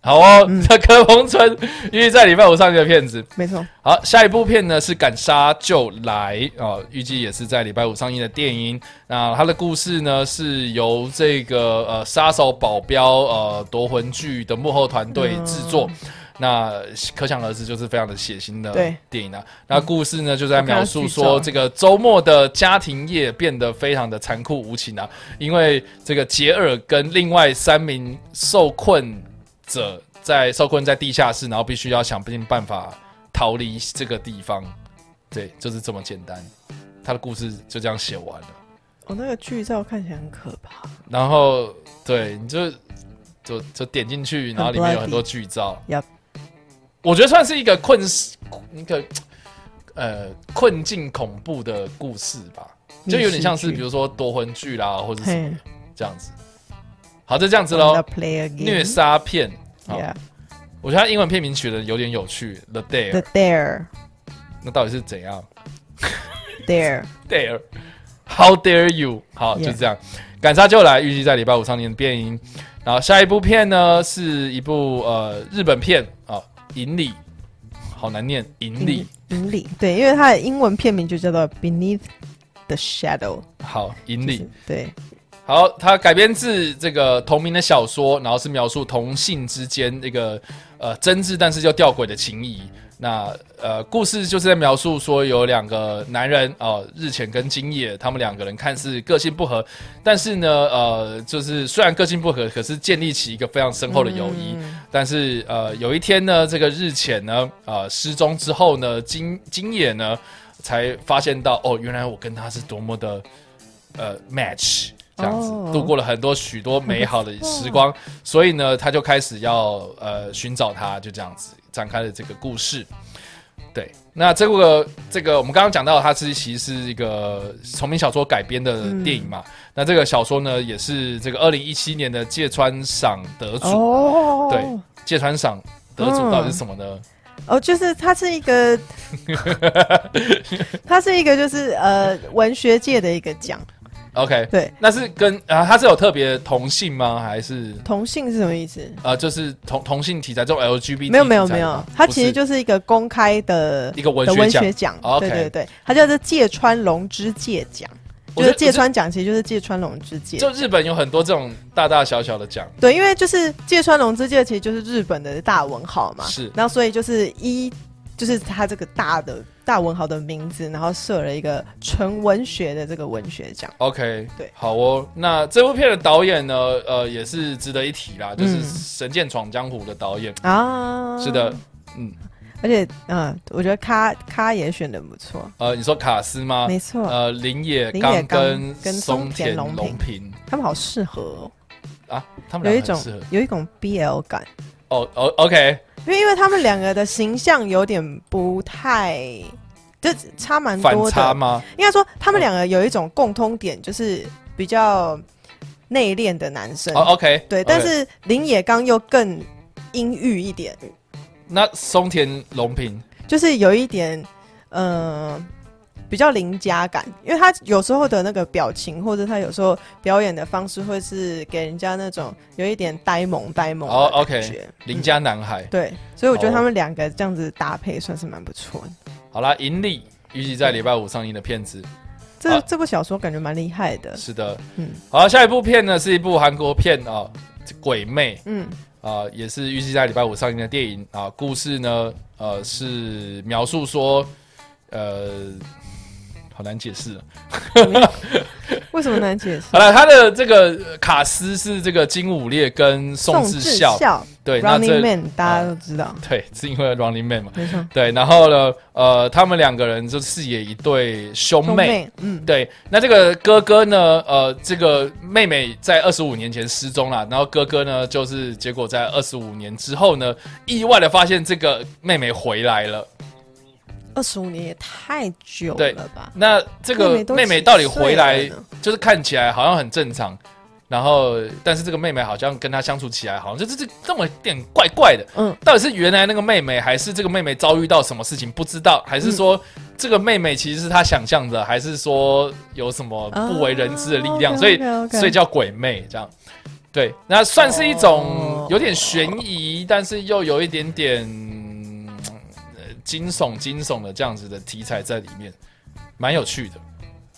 好哦
嗯，
这 <laughs> 柯峰村预计在礼拜五上映的片子。
没错。
好，下一部片呢是《敢杀就来》啊、预计也是在礼拜五上映的电影。那它的故事呢是由这个呃杀手保镖呃夺魂剧的幕后团队制作。那可想而知，就是非常的血腥的
嗯对
电影啊。那故事呢，就在描述
我看到剧照
说，这个周末的家庭夜变得非常的残酷无情啊，因为这个杰尔跟另外三名受困者在受困在地下室，然后必须要想尽办法逃离这个地方。对，就是这么简单。他的故事就这样写完了。
哦，那个剧照看起来很可怕。
然后对，你就就就点进去，然后里面有很多剧照。
bloody Yup
我觉得算是一个困一个呃困境恐怖的故事吧，就有点像是比如说夺魂剧啦，或者是什么
嘿，
这样子。好，就这样子
那
喽。
play again，
虐杀片，好
，Yeah，The
我觉得它英文片名取的有点有趣，The Dare，
Dare，Dare，
那到底是怎样？Dare，How dare you？好
Yeah
就这样。赶杀就来，预计在礼拜五上映的电影。然后下一部片呢，是一部呃日本片啊，哦《引力》，好难念，《引力
引力，对，因为它的英文片名就叫做 Beneath the Shadow，》。
好，《引
就
力
是》对，
好，它改编自这个同名的小说，然后是描述同性之间一个呃真挚但是又吊诡的情谊。那呃，故事就是在描述说有两个男人哦、日前跟今夜，他们两个人看似个性不合，但是呢，呃，就是虽然个性不合，可是建立起一个非常深厚的友谊。但是呃，有一天呢，这个日前呢，呃，失踪之后呢，今今野呢，才发现到哦，原来我跟他是多么的呃 match，这样子、
哦
度过了很多许多美好的时光，所以呢，他就开始要呃寻找他，就这样子展开了这个故事。对，那这个这个我们刚刚讲到，它是其实是一个同名小说改编的
嗯
电影嘛。那这个小说呢，也是这个二零一七年的芥川赏得主。
哦，嗯
对，芥川赏得主到底是什么呢？
哦，就是它是一
<laughs>
个，它是一个就是呃文学界的一个奖，
OK，
对，
那是跟啊，它是有特别同性吗？还是
同性是什么意思？
呃，就是同同性题材这种 LGBT？
没有没有
题材
没有
吗，
它
不
其实
是
就是一个公开的
一个文
的
学
文
奖哦
学。奖，
OK
对对对，它叫做芥川龙之介奖，就
我
是
觉得
芥川奖，其实就是芥川龙之介。
就日本有很多这种大大小小的奖，
对，因为就是芥川龙之介，其实就是日本的大文豪嘛，
是
然后所以就是一就是他这个大的大文豪的名字，然后设了一个纯文学的这个文学奖。
OK，
对
好哦。那这部片的导演呢，呃，也是值得一提啦，就是
嗯
《神剑闯江湖》的导演。
啊，
是的，，嗯，
而且嗯，我觉得咖咖也选的不错，
呃，你说卡斯吗？
没错，
呃，林野
林野
刚
刚
跟
跟松
松
田
田
龙
龙平
他们好适合哦，
啊，他们
有一
两个
种
很适合。
有一种 BL 感，
哦哦，OK，
因为因为他们两个的形象有点不太，就差蛮
反
多
差
的。
吗？
应该说他们两个有一种共通点，就是比较内敛的男生。
哦，OK，
对
OK
但是林野刚又更阴郁一点，
那松田龙平
就是有一点，呃，比较邻家感，因为他有时候的那个表情，或者他有时候表演的方式，会是给人家那种有一点呆萌呆萌
哦
的
，OK
感觉。
邻家男孩，
对，所以我觉得
哦
他们两个这样子搭配算是蛮不错的。
好啦，盈利预计在礼拜五上映的片子，
这、
啊
这部小说感觉蛮厉害的，
是的，
嗯
好，下一部片呢是一部韩国片啊，这鬼魅》
嗯，
啊、也是预计在礼拜五上映的电影啊、故事呢，呃，是描述说，呃，好难解释啊、
为什么难解
<laughs>
释？
好了，他的这个呃卡斯是这个金武烈跟宋智孝，对，那这哦
，Running Man，大家都知道，
对 <laughs> 是因为 Running Man 嘛，
没错，
对，然后呢，呃，他们两个人就饰演一对兄
兄
妹。
妹，嗯，
对，那这个哥哥呢？呃，这个妹妹在二十五年前失踪了，然后哥哥呢，就是结果在二十五年之后呢，意外的发现这个妹妹回来了。
二十五年也太久
对
了吧？
那这
妹
个
妹都
妹妹
几
到底
岁
回来
了呢，
就是看起来好像很正常，然后但是这个妹妹好像跟她相处起来，好像就是这这么有点怪怪的。
嗯，
到底是原来那个妹妹，还是这个妹妹遭遇到什么事情不知道，还是说这个妹妹其实是她想象的，还是说有什么不为人知的力量？所以所以叫鬼魅这样。对，那算是一种
哦
有点悬疑，但是又有一点点嗯呃惊悚、惊悚的这样子的题材在里面，蛮有趣的。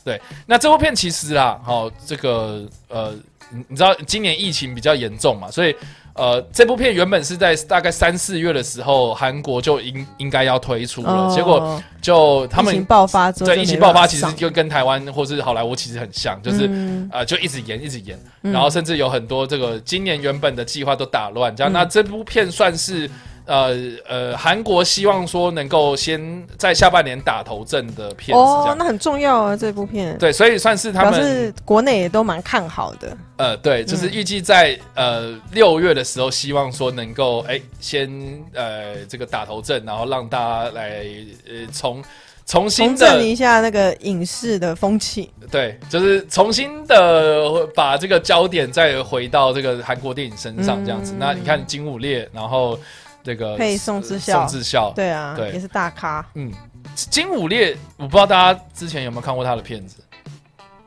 对，那这部片其实啦，好、这个呃，你你知道今年疫情比较严重嘛，所以呃，这部片原本是在大概三四月的时候，韩国就应应该要推出了，结果
哦
就他
疫
们
情爆发之后，
对疫情爆发，其实就跟台湾或是好莱坞其实很像，就是。
嗯
啊、就一直延，一直延，
嗯
然后甚至有很多这个今年原本的计划都打乱，这样。
嗯
那这部片算是呃呃，韩国希望说能够先在下半年打头阵的片子，这
哦，
样。
那很重要啊，这部片
对，所以算是他
表
们
示国内也都蛮看好的，
呃，对，就是预计在、呃六月的时候，希望说能够哎先呃这个打头阵，然后让大家来呃重重新
重
的
振一下那个影视的风气。
对，就是重新的呃把这个焦点再回到这个韩国电影身上，这样子。
嗯
那你看金武烈，然后这个
配宋智孝
宋智孝，
对啊，
对
也是大咖。 <laughs>
嗯，金武烈，我不知道大家之前有没有看过他的片子。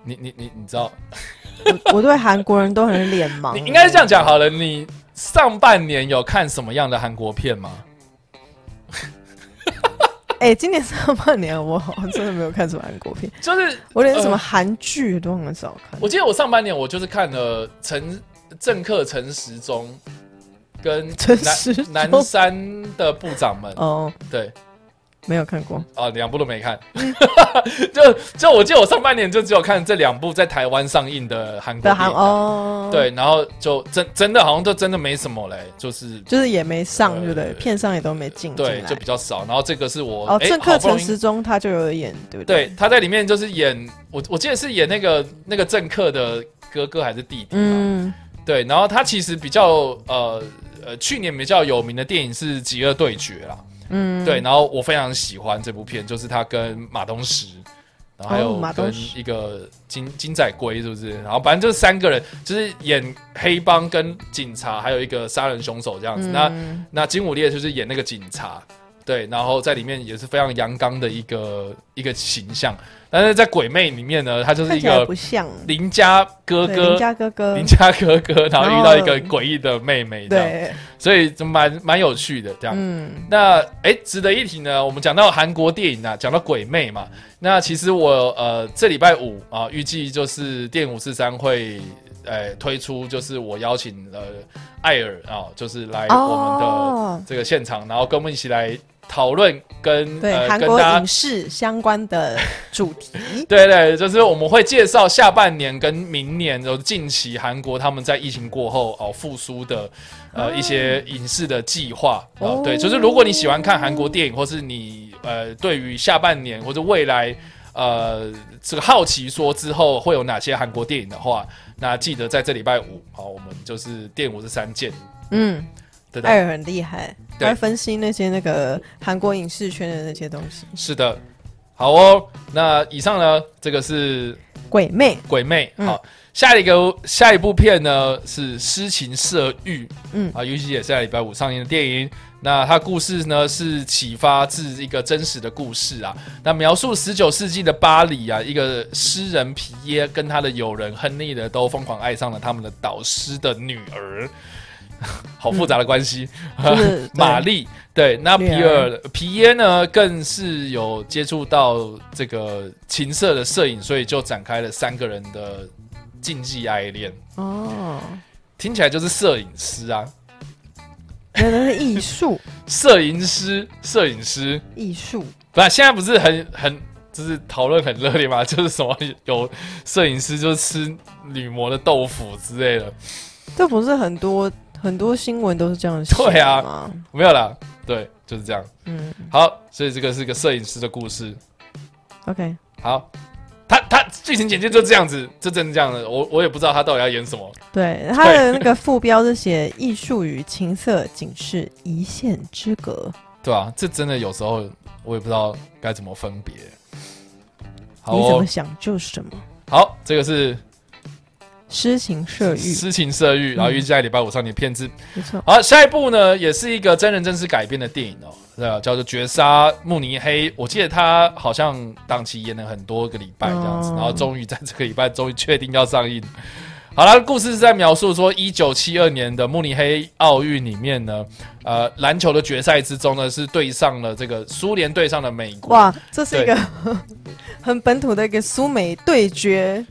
你你你你知道，
我我对韩国人都很脸盲。
你应该是这样讲好了。你上半年有看什么样的韩国片吗？
哎、今年上半年我我真的没有看什么韩国片，
就是
我连什么
呃
韩剧都很少看。
我记得我上半年我就是看了陈政客陈时中跟
陈时中
南南山的部长们，
哦，
对。
没有看过。
啊，两部都没看， <laughs> 就就我记得我上半年就只有看这两部在台湾上映的韩国
的
电
韩
影，啊
哦，，
对，然后就真真的好像就真的没什么嘞，就是
就是也没上，
呃
对不对？片上也都没进进
对，
嗯来
就。比较少。然后这个是我
哦，
哎
政
好
客
不容
陈
易
时中他就有演，对不对？
对，他在里面就是演我我记得是演那个那个政客的哥哥还是弟弟、嗯，
嗯，
对，然后他其实比较呃呃去年比较有名的电影是《极恶对决》啦，
嗯，
对，然后我非常喜欢这部片，就是他跟马东石，然后还
哦
有
马东
跟
石
一个金金仔龟，是不是？然后反正就是三个人，就是演黑帮跟警察，还有一个杀人凶手这样子。那
嗯
那金武烈就是演那个警察，对，然后在里面也是非常阳刚的一个一个形象，但是在鬼魅里面呢，他就是
看
一
起来
个
不像
邻家哥
对
哥
邻。家哥哥
邻，家哥哥，然后遇到一个
然
诡异的妹妹，这样，
对，
所以就蛮蛮有趣的这样。
嗯，
那哎，值得一提呢。我们讲到韩国电影啊，讲到鬼魅嘛。那其实我呃，这礼拜五啊，预计就是电影五四三会呃推出，就是我邀请了艾尔啊，就是来我们的
哦，
这个现场，然后跟我们一起来讨论跟
对，
呃
韩
跟
国
大家。，
影视相关的主题
对对，就是我们会介绍下半年跟明年，就是近期韩国他们在疫情过后哦复苏的呃一些影视的计划哦
哦，
对，就是如果你喜欢看韩国电影，或是你呃对于下半年或者未来呃这个好奇说之后会有哪些韩国电影的话，那记得在这礼拜五好，我们就是电影五十三见。
嗯，
对
艾
的，
尔很厉害，
对
他会分析那些那个韩国影视圈的那些东西。
是的。好哦，那以上呢，这个是
鬼魅，
鬼魅。
嗯
好，下一个下一部片呢是《诗情色欲》，嗯
嗯
啊，尤其也是在礼拜五上映的电影。那它故事呢是启发自一个真实的故事啊，那描述十九世纪的巴黎啊，一个诗人皮耶跟他的友人亨利呢都疯狂爱上了他们的导师的女儿， <laughs> 好复杂的关系。
就是
<laughs>
对
玛丽，对，那
女
皮尔皮耶呢，更是有接触到这个情色的摄影，所以就展开了三个人的禁忌爱恋。
哦，
听起来就是摄影师啊，
原来是艺术，
摄影师，摄影师，
艺术
不，现在不是很很就是讨论很热烈嘛，就是什么有摄影师就吃女模的豆腐之类的，
这不是很多很多新闻都是这样写
对啊
的吗？
没有啦，对，就是这样。
嗯
好，所以这个是个摄影师的故事。
，OK，
好，他他剧情简介就这样子，就真的这样的，我我也不知道他到底要演什么。
对，他的那个副标是写“艺术与情色仅是一线之隔
对啊，这真的有时候我也不知道该怎么分别。”，好、
你怎
哦
么，想就是什么，
好，这个是
诗情射欲，
诗情色欲，然后
嗯
预计在礼拜五上映的片子。
没错，
好，下一部呢，也是一个真人真事改编的电影哦，对啊，叫做《绝杀慕尼黑》。我记得他好像档期延了很多个礼拜这样子，
哦
然后终于在这个礼拜终于确定要上映。好了，故事是在描述说，一九七二年的慕尼黑奥运里面呢，呃，篮球的决赛之中呢，是对上了这个苏联对上了美国。
哇，这是一个 <laughs> 很本土的一个苏美对决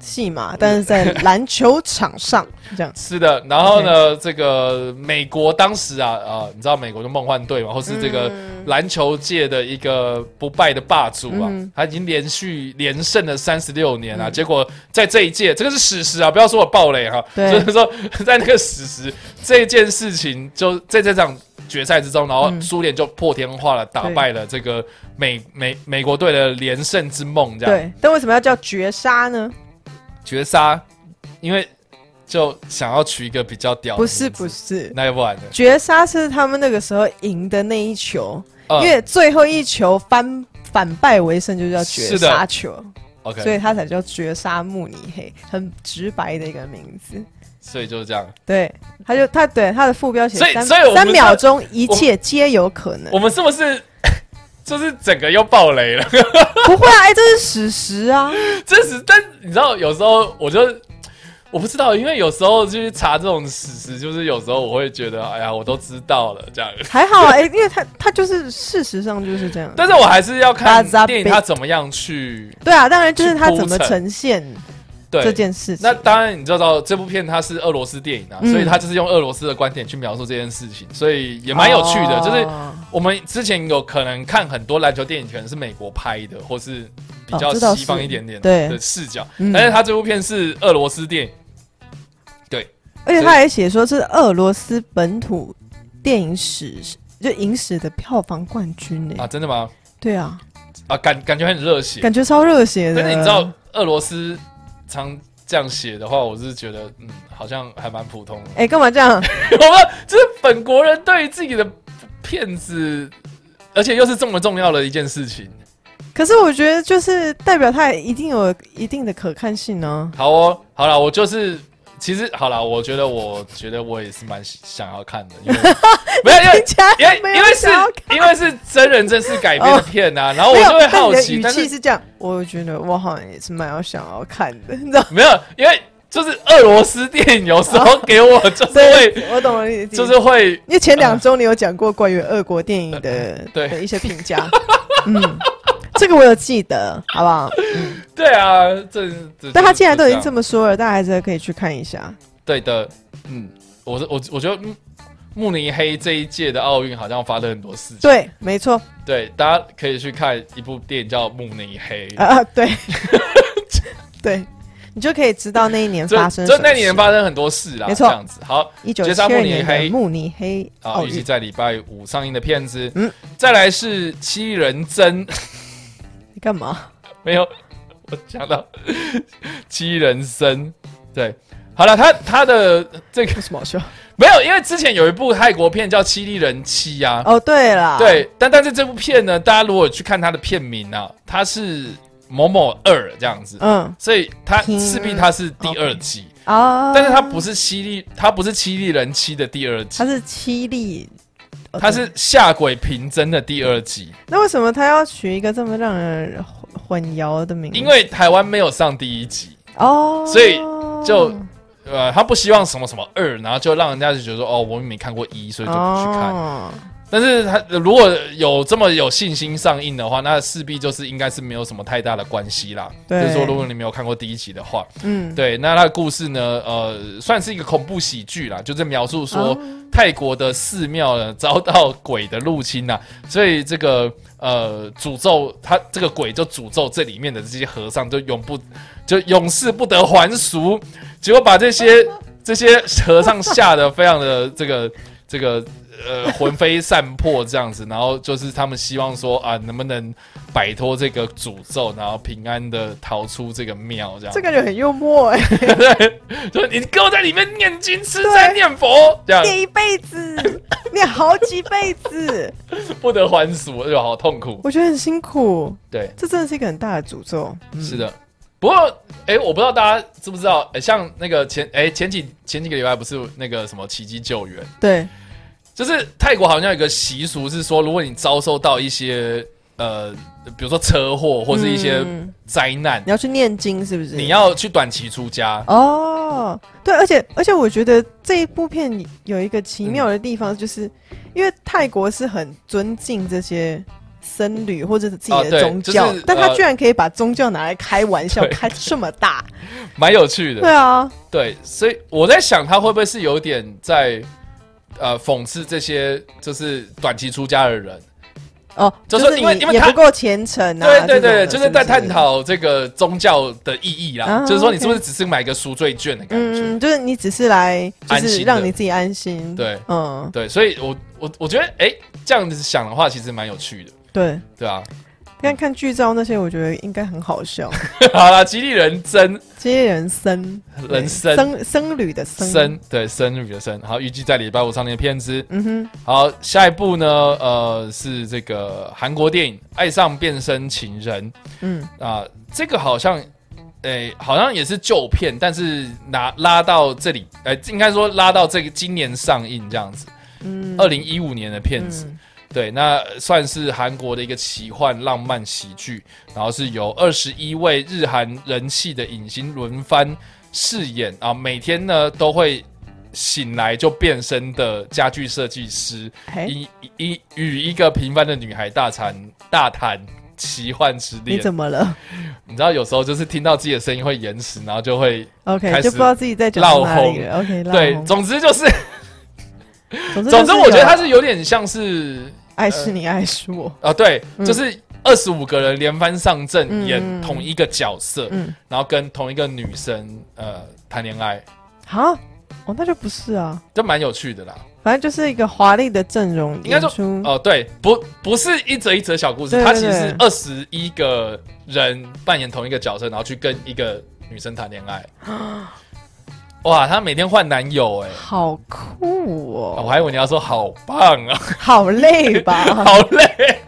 戏嘛，但是在篮球场上这样，
是的，然后呢，这个美国当时啊，呃，你知道美国的梦幻队嘛，或是这个
嗯
篮球界的一个不败的霸主啊，
嗯
他已经连续连胜了三十六年啊，结果在这一届，这个是史实啊，不要说我暴雷哈、
对
就是说在那个史实这件事情，就在这场决赛之中，然后
嗯
苏联就破天荒了打
对
败了这个美美美国队的连胜之梦， <laughs> 这样
对，但为什么要叫绝杀呢？
绝杀，因为就想要取一个比较屌的
不是
名字
不是，
那要不然呢？
绝杀是他们那个时候赢的那一球，
呃
因为最后一球翻反败为胜就叫绝
是的
杀球，
OK，
所
所以
以它才叫绝杀慕尼黑，很直白的一个名字。
就是这样。
对，他就他对他的副标写
所以
三
所以我们
三秒
在
钟一
我
切皆有可能
我，们是不是 <laughs> 就是整个又爆雷了？ <laughs>
不会啊，哎、这是史实啊，
真实，但你知道，有时候我就我不知道，因为有时候就是查这种史实，就是有时候我会觉得，哎呀，我都知道了这样。 <laughs>
还好啊，哎、因为他他就是事实上就是这样。
但是我还是要看
That's a
电影
big-
它怎么样去
对啊，当然就是他怎么
去铺陈
呈现这
对。
件事情
那。当然，你知道这部片它是俄罗斯电影啊，
嗯
所以它就是用俄罗斯的观点去描述这件事情，所以也蛮有趣的。就是
哦
我们之前有可能看很多篮球电影，可能是美国拍的，或是比较
哦这倒
西方
是
一点点
对
的视角，
嗯
但是他这部片是俄罗斯电影，
而且他还写说是俄罗斯本土电影史就影史的票房冠军呢、
啊，真的吗？
对啊，
啊，感感觉很热血，
感觉超热血的。
但是你知道俄罗斯常这样写的话，我是觉得嗯，好像还蛮普通的。 <laughs>
哎，干嘛这样？
我们就是本国人对于自己的片子，而且又是这么重要的一件事情。
可是我觉得就是代表他一定有一定的可看性呢、
好哦，好了，我就是。其实好了，我觉得，我觉得我也是蛮想要看的，因
<laughs>
为没有，因为
听起
<laughs>
来
因为
没有
因为是
想要哦
因为是真人真事改编的片呐、然后哦我
没有
就会好
但
奇，
你的
但
语气
是
是这样，我觉得我好像也是蛮要想要看的，你知
<laughs>
道？
没有，因为就是俄罗斯电影有时候给我就是会，
我懂了你的意思，
<laughs> 就是会
因为前两周你有讲过关于俄国电影的
呃对
的一些评价， <laughs> 嗯，这个我有记得，好
<laughs>
不好？
对啊，这这
但他既然都已经
就
这么说了，大家还是可以去看一下。
这样对的，嗯，我是我我觉得嗯慕尼黑这一届的奥运好像发生很多事情，
对，没错，
对，大家可以去看一部电影叫《慕尼黑》，
啊，
<laughs>
对，对，你就可以知道那一年
<laughs> 就
发生什
就
么
那年发生很多事啦，
没错
这样子好。
一九
绝
七
杀慕
二
尼
年
黑
的慕尼黑
啊，
奥
预计
运，
在礼拜五上映的片子，嗯
嗯，
再来是《七人真》，
你
<laughs>
干嘛？
没有，我讲到七人生，对，好了，他他的这个
有什么好笑？
没有，因为之前有一部泰国片叫《七力人妻》啊，
哦，对啦，，
对，但但是这部片呢，大家如果去看它的片名啊，它是某某二这样子，
嗯
所以它
听
势必它是第二季，
啊，
但是它不是犀利，它不是犀利人妻的第二季
他，是七力，哦
它
对
是下鬼平真的第二季，
那为什么他要取一个这么让人混混淆的名字？
因为台湾没有上第一集，
哦，
所以就
嗯
呃，他不希望什么什么二，然后就让人家就觉得说哦，我没看过一，所以就不去看。
哦
但是他如果有这么有信心上映的话，那势必就是应该是没有什么太大的关系啦。
对
就是说如果你没有看过第一集的话，
嗯，
对，那他的故事呢，呃，算是一个恐怖喜剧啦，就是描述说、
哦
泰国的寺庙呢遭到鬼的入侵呐、所以这个呃诅咒他这个鬼就诅咒这里面的这些和尚，就永不就永世不得还俗，结果把这些
哦
这些和尚吓得非常的这个这个呃魂飞散魄这样子，然后就是他们希望说啊能不能摆脱这个诅咒，然后平安的逃出这个庙这样，
这感觉很幽默
<laughs>
哎，
就你给我在里面念经吃斋念佛这样。
念一辈
<laughs>
子，念好几辈子，
不得还俗，就好痛苦。
我觉得很辛苦，
对，
这真的是一个很大的诅咒。
是的。不过，哎、我不知道大家知不知道，诶像那个前，哎、前几前几个礼拜不是那个什么奇迹救援，
对，
就是泰国好像有一个习俗是说，如果你遭受到一些呃，比如说车祸或是一些
嗯
灾难，
你要去念经是不是？
你要去短期出家。
哦，对，而且而且我觉得这一部片有一个奇妙的地方，就是、因为泰国是很尊敬这些僧侣或者是自
哦
己的
对
宗
就是
教，但他
呃
居然可以把宗教拿来开玩笑，
对
开这么大，
蛮有趣的。
对啊，
<laughs> 对，所以我在想，他会不会是有点在呃讽刺这些就是短期出家的人？
哦，
就是
是
因为
你
因为
也
他
不够虔诚啊，
对对对，
这种的
就是在
不
探讨这个宗教的意义啦，
啊
就是说你
OK
是不是只是买个赎罪券的感觉？
嗯，嗯就是你只是来，就
安心
是
的
让你自己安心，
对
嗯，
对，所以我我我觉得，哎、这样子想的话，其实蛮有趣的，
对。
对啊。 <laughs>
但看剧照那些，我觉得应该很好笑。
好啦，激励人真
这些人僧，对
人生
僧僧侣的僧，
生，对生日的生，好，预计在礼拜五上映的片子。
嗯哼，
好，下一部呢，呃，是这个韩国电影《爱上变身情人
嗯。》
啊、这个好像。诶、好像也是旧片，但是拿拉到这里，呃，应该说拉到这个今年上映这样子，
嗯
二零一五年的片子。
嗯
对，那呃算是韩国的一个奇幻浪漫喜剧，然后是由二十一位日韩人气的影星轮番饰演啊，每天呢都会醒来就变身的家具设计师，
哎，
一一与一个平凡的女孩大谈大谈奇幻之
你
恋。
怎么了
你知道有时候就是听到自己的声音会延迟，然后就会
？OK，
开始
就不知道自己在讲到哪里了。OK，
对，
绕红
总之就是，
总之
总之
就是
我觉得
有
它是有点像是
爱是你，爱是我。
啊，对，
嗯
就是二十五个人连番上阵
嗯
演同一个角色，
嗯，
然后跟同一个女生呃谈恋爱，
好，哦，那就不是啊，
这蛮有趣的啦。
反正就是一个华丽的阵容
应该
演
说
出。
哦、对，不不是一则一则小故事，
对
它
对
其实是
对
二十一个人扮演同一个角色，然后去跟一个女生谈恋爱。 <gasps> 哇，她每天换男友哎、
好酷
哦我
哦，
还以为你要说好棒
<laughs>
啊，
好累吧？
<laughs> 好累。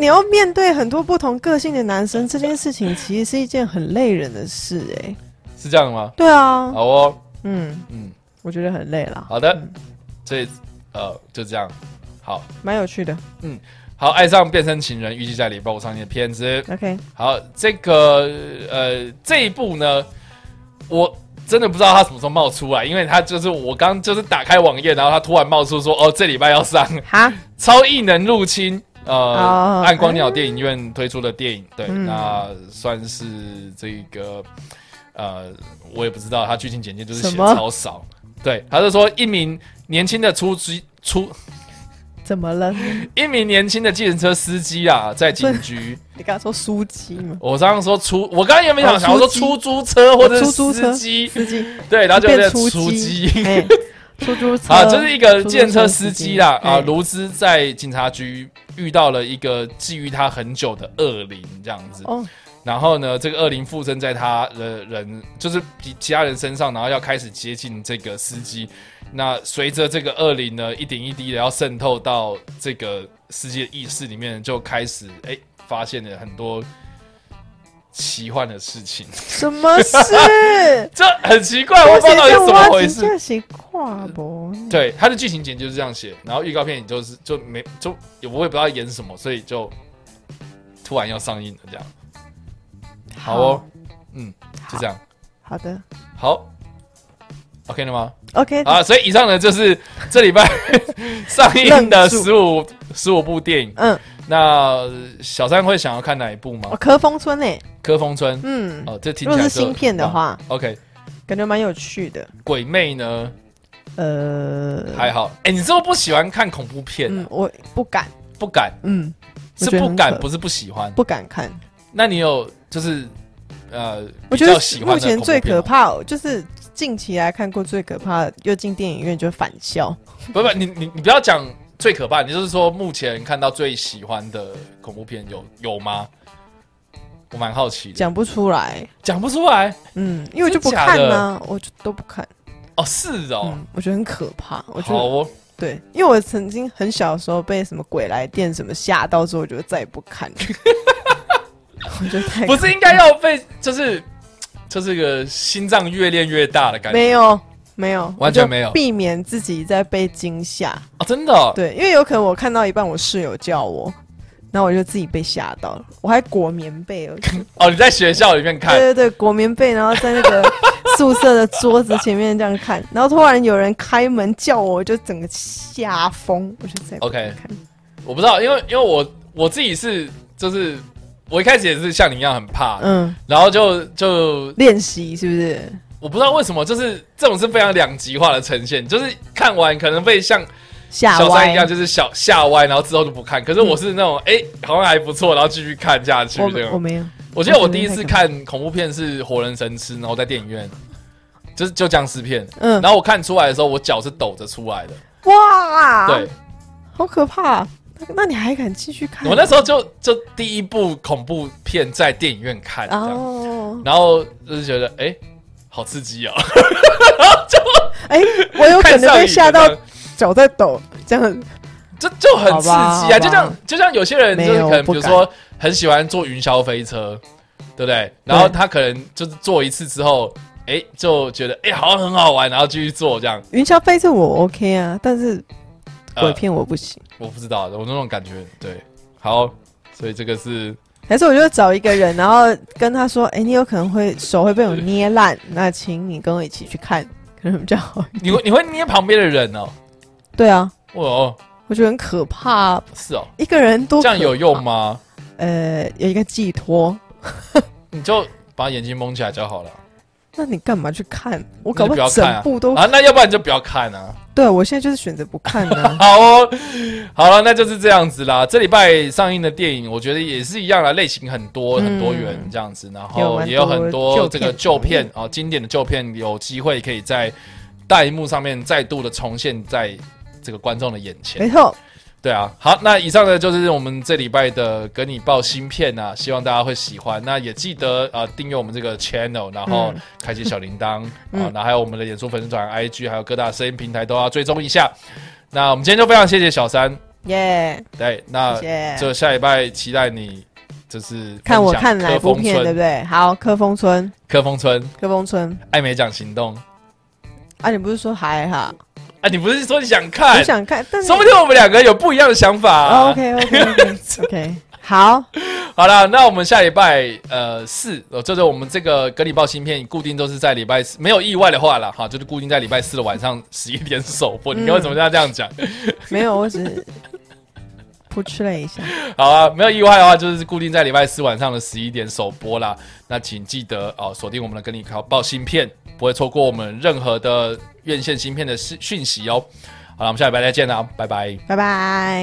你要面对很多不同个性的男生，这件事情其实是一件很累人的事哎。
是这样吗？
对啊，
好哦，
嗯，
嗯，
我觉得很累啦，
好的
嗯，
所以呃就这样，好。
蛮有趣的。
好，爱上变身情人，预计在礼拜五上映的片子。
OK，
好，这个呃这一部呢，我真的不知道它什么时候冒出来，因为它就是我刚就是打开网页，然后它突然冒出说，哦，这礼拜要上 <laughs> 《
好，
超异能入侵》呃，
哦
暗光鸟电影院推出的电影，对，
嗯
那算是这个呃，我也不知道，它剧情简介就是写
什么
超少，对，他就说一名年轻的出租出
怎么了？ <laughs>
一名年轻的计程车司机啊，在警局。
你刚刚说书籍吗？
我刚刚说出，我刚刚原本想
哦
想要说出
出哦
租车或者是
出租车
司机，
司机。
对，然后就
变
在
出
出
击
机
哎，出租车
啊，就是一个建车司机啦
出租车司机
啊，
哎
卢兹在警察局遇到了一个觊觎他很久的恶灵，这样子。
哦，
然后呢，这个恶灵附身在他人人，就是其其他人身上，然后要开始接近这个司机。那随着这个恶灵呢，一点一滴的要渗透到这个司机的意识里面，就开始哎发现了很多奇幻的事情。
什么事？
这很奇怪， <laughs> 我不知道到底是怎么回事。
这是跨博，
<laughs> 对，它的剧情简介就是这样写，然后预告片也就是就没就也我也不知道演什么，所以就突然要上映了这样。好哦，嗯，就这样。
好的
好，OK 了吗？
，OK，
啊，所以以上呢就是这礼拜上映的
愣住
十五十五部电影。
嗯，
那小三会想要看哪一部吗？
哦，科峰村诶，
柯风村。
嗯，
哦，这听
如
起
果
来
是
就
新片的
啊
话，
，OK，
感觉蛮有趣的。
鬼魅呢
呃，
还好。哎，你是不是不喜欢看恐怖片啊
嗯，？我不敢，
不敢，
嗯，我
是
觉得
不
很
敢，
可
不是不喜欢。
不敢看。
那你有就是呃，
我
比
觉得
较喜欢
目
的
前
恐怖
最
片
可
吗。
怕，就是近期来看过最可怕，的，又进电影院就返校。
不不，你你你不要讲最可怕，你就是说目前看到最喜欢的恐怖片有有吗？我蛮好奇的，
讲不出来，
讲不出来
嗯，因为我就
真
不
假
看
的
呢、我就都不看，
哦，是哦，
嗯，我觉得很可怕，我觉
好
得
哦，
对，因为我曾经很小的时候被什么鬼来电什么吓到之后，我就再也不看了， <laughs> 我觉得太
不是应该要被就是就是个心脏越练越大的感觉
没有没有
完全
我就
没有
避免自己再被惊吓，
哦，真的哦、
对，因为有可能我看到一半，我室友叫我，然后我就自己被吓到了，我还裹棉被哦，
哦，你在学校里面
对
看
对对，裹棉被，然后在那个宿舍的桌子前面这样看，然后突然有人开门叫我，我就整个吓疯，我就再也不
OK
看
我不知道，因为因为我我自己是就是我一开始也是像你一样很怕，
嗯，
然后就就
练习是不是？
我不知道为什么，就是这种是非常两极化的呈现，就是看完可能被像
吓
小三
歪
一样，就是小吓歪，然后之后就不看。可是我是那种哎、诶好像还不错，然后继续看下去
我
这样。
我
我
没有，
记得我第一次看恐怖片是《活人神吃》，然后在电影院，就是就僵尸片。
嗯，
然后我看出来的时候，我脚是抖着出来的。
哇，
对，
好可怕！那那你还敢继续看？
我那时候就就第一部恐怖片在电影院看，这样
哦，
然后就是觉得哎、诶好刺激哦，
哎、我有可
<laughs> 看
能
上
被
瘾
吓到
这样
脚在抖，这样
这就很刺激
好
啊！
吧
就像就像有些人就是可
没有
能，比
不
如
敢
说很喜欢坐云霄飞车，对不对？然后他可能就是坐一次之后，哎，就觉得哎好像很好玩，然后继续坐这样。
云霄飞车我 OK 啊，但是
呃
鬼片我不行。
我不知道，我那种感觉，对，好，所以这个是
还是我就找一个人，然后跟他说：“哎、你有可能会手会被我捏烂，那请你跟我一起去看，可能比较好。
你会你 <laughs> 会捏旁边的人哦，”
对啊，
哇哦，
我觉得很可怕、
是哦，
一个人多
这样
可
有用
怕？
吗？
呃，有一个寄托。
你就把眼睛蒙起来就好了
那你干嘛去看？我
那
搞
就不要
好
看啊
整部都、
啊，那要不然你就不要看啊。
对我现在就是选择不看呢、
<laughs> 好哦，好了，那就是这样子啦。这礼拜上映的电影，我觉得也是一样啦，类型很多、
嗯
很多元这样子，然
有
后
蛮
也有很多
多
这个旧
旧
片
片
啊、哦经典的旧片，有机会可以在大荧幕上面再度的重现在这个观众的眼前。
没错，
对啊，好，那以上呢就是我们这礼拜的跟你报新片啊，希望大家会喜欢。那也记得啊订阅我们这个 channel，然后
嗯
开启小铃铛、
<laughs> 嗯
啊，然后还有我们的演出粉丝团、IG，还有各大声音平台都要追踪一下。那我们今天就非常谢谢小三，
耶、
对，那
谢谢。
啊就下礼拜期待你就是
看我
分享
看哪
柯
部
风
片，对
村、
不对？好，科峰村，
柯风村、
科峰村。
艾美奖行动
啊，你不是说还好？
啊，你不是说你想
我
看？
想看，但是
哎说不定我们两个有不一样的想法、啊
OK
<laughs>
OK OK OK，好，
好了，那我们下礼拜呃四，呃，就是我们这个跟你报新片，固定都是在礼拜四，没有意外的话啦，哈，就是固定在礼拜四的晚上十一点首播。你
嗯
为什么要这样讲？
没有，我只是扑哧了一下。
好啊，没有意外的话，就是固定在礼拜四晚上的十一点首播啦。那请记得哦，锁定我们的跟你报新片，不会错过我们任何的院线新片的讯讯息哦。好了，我们下礼拜再见啦，拜拜。
拜拜。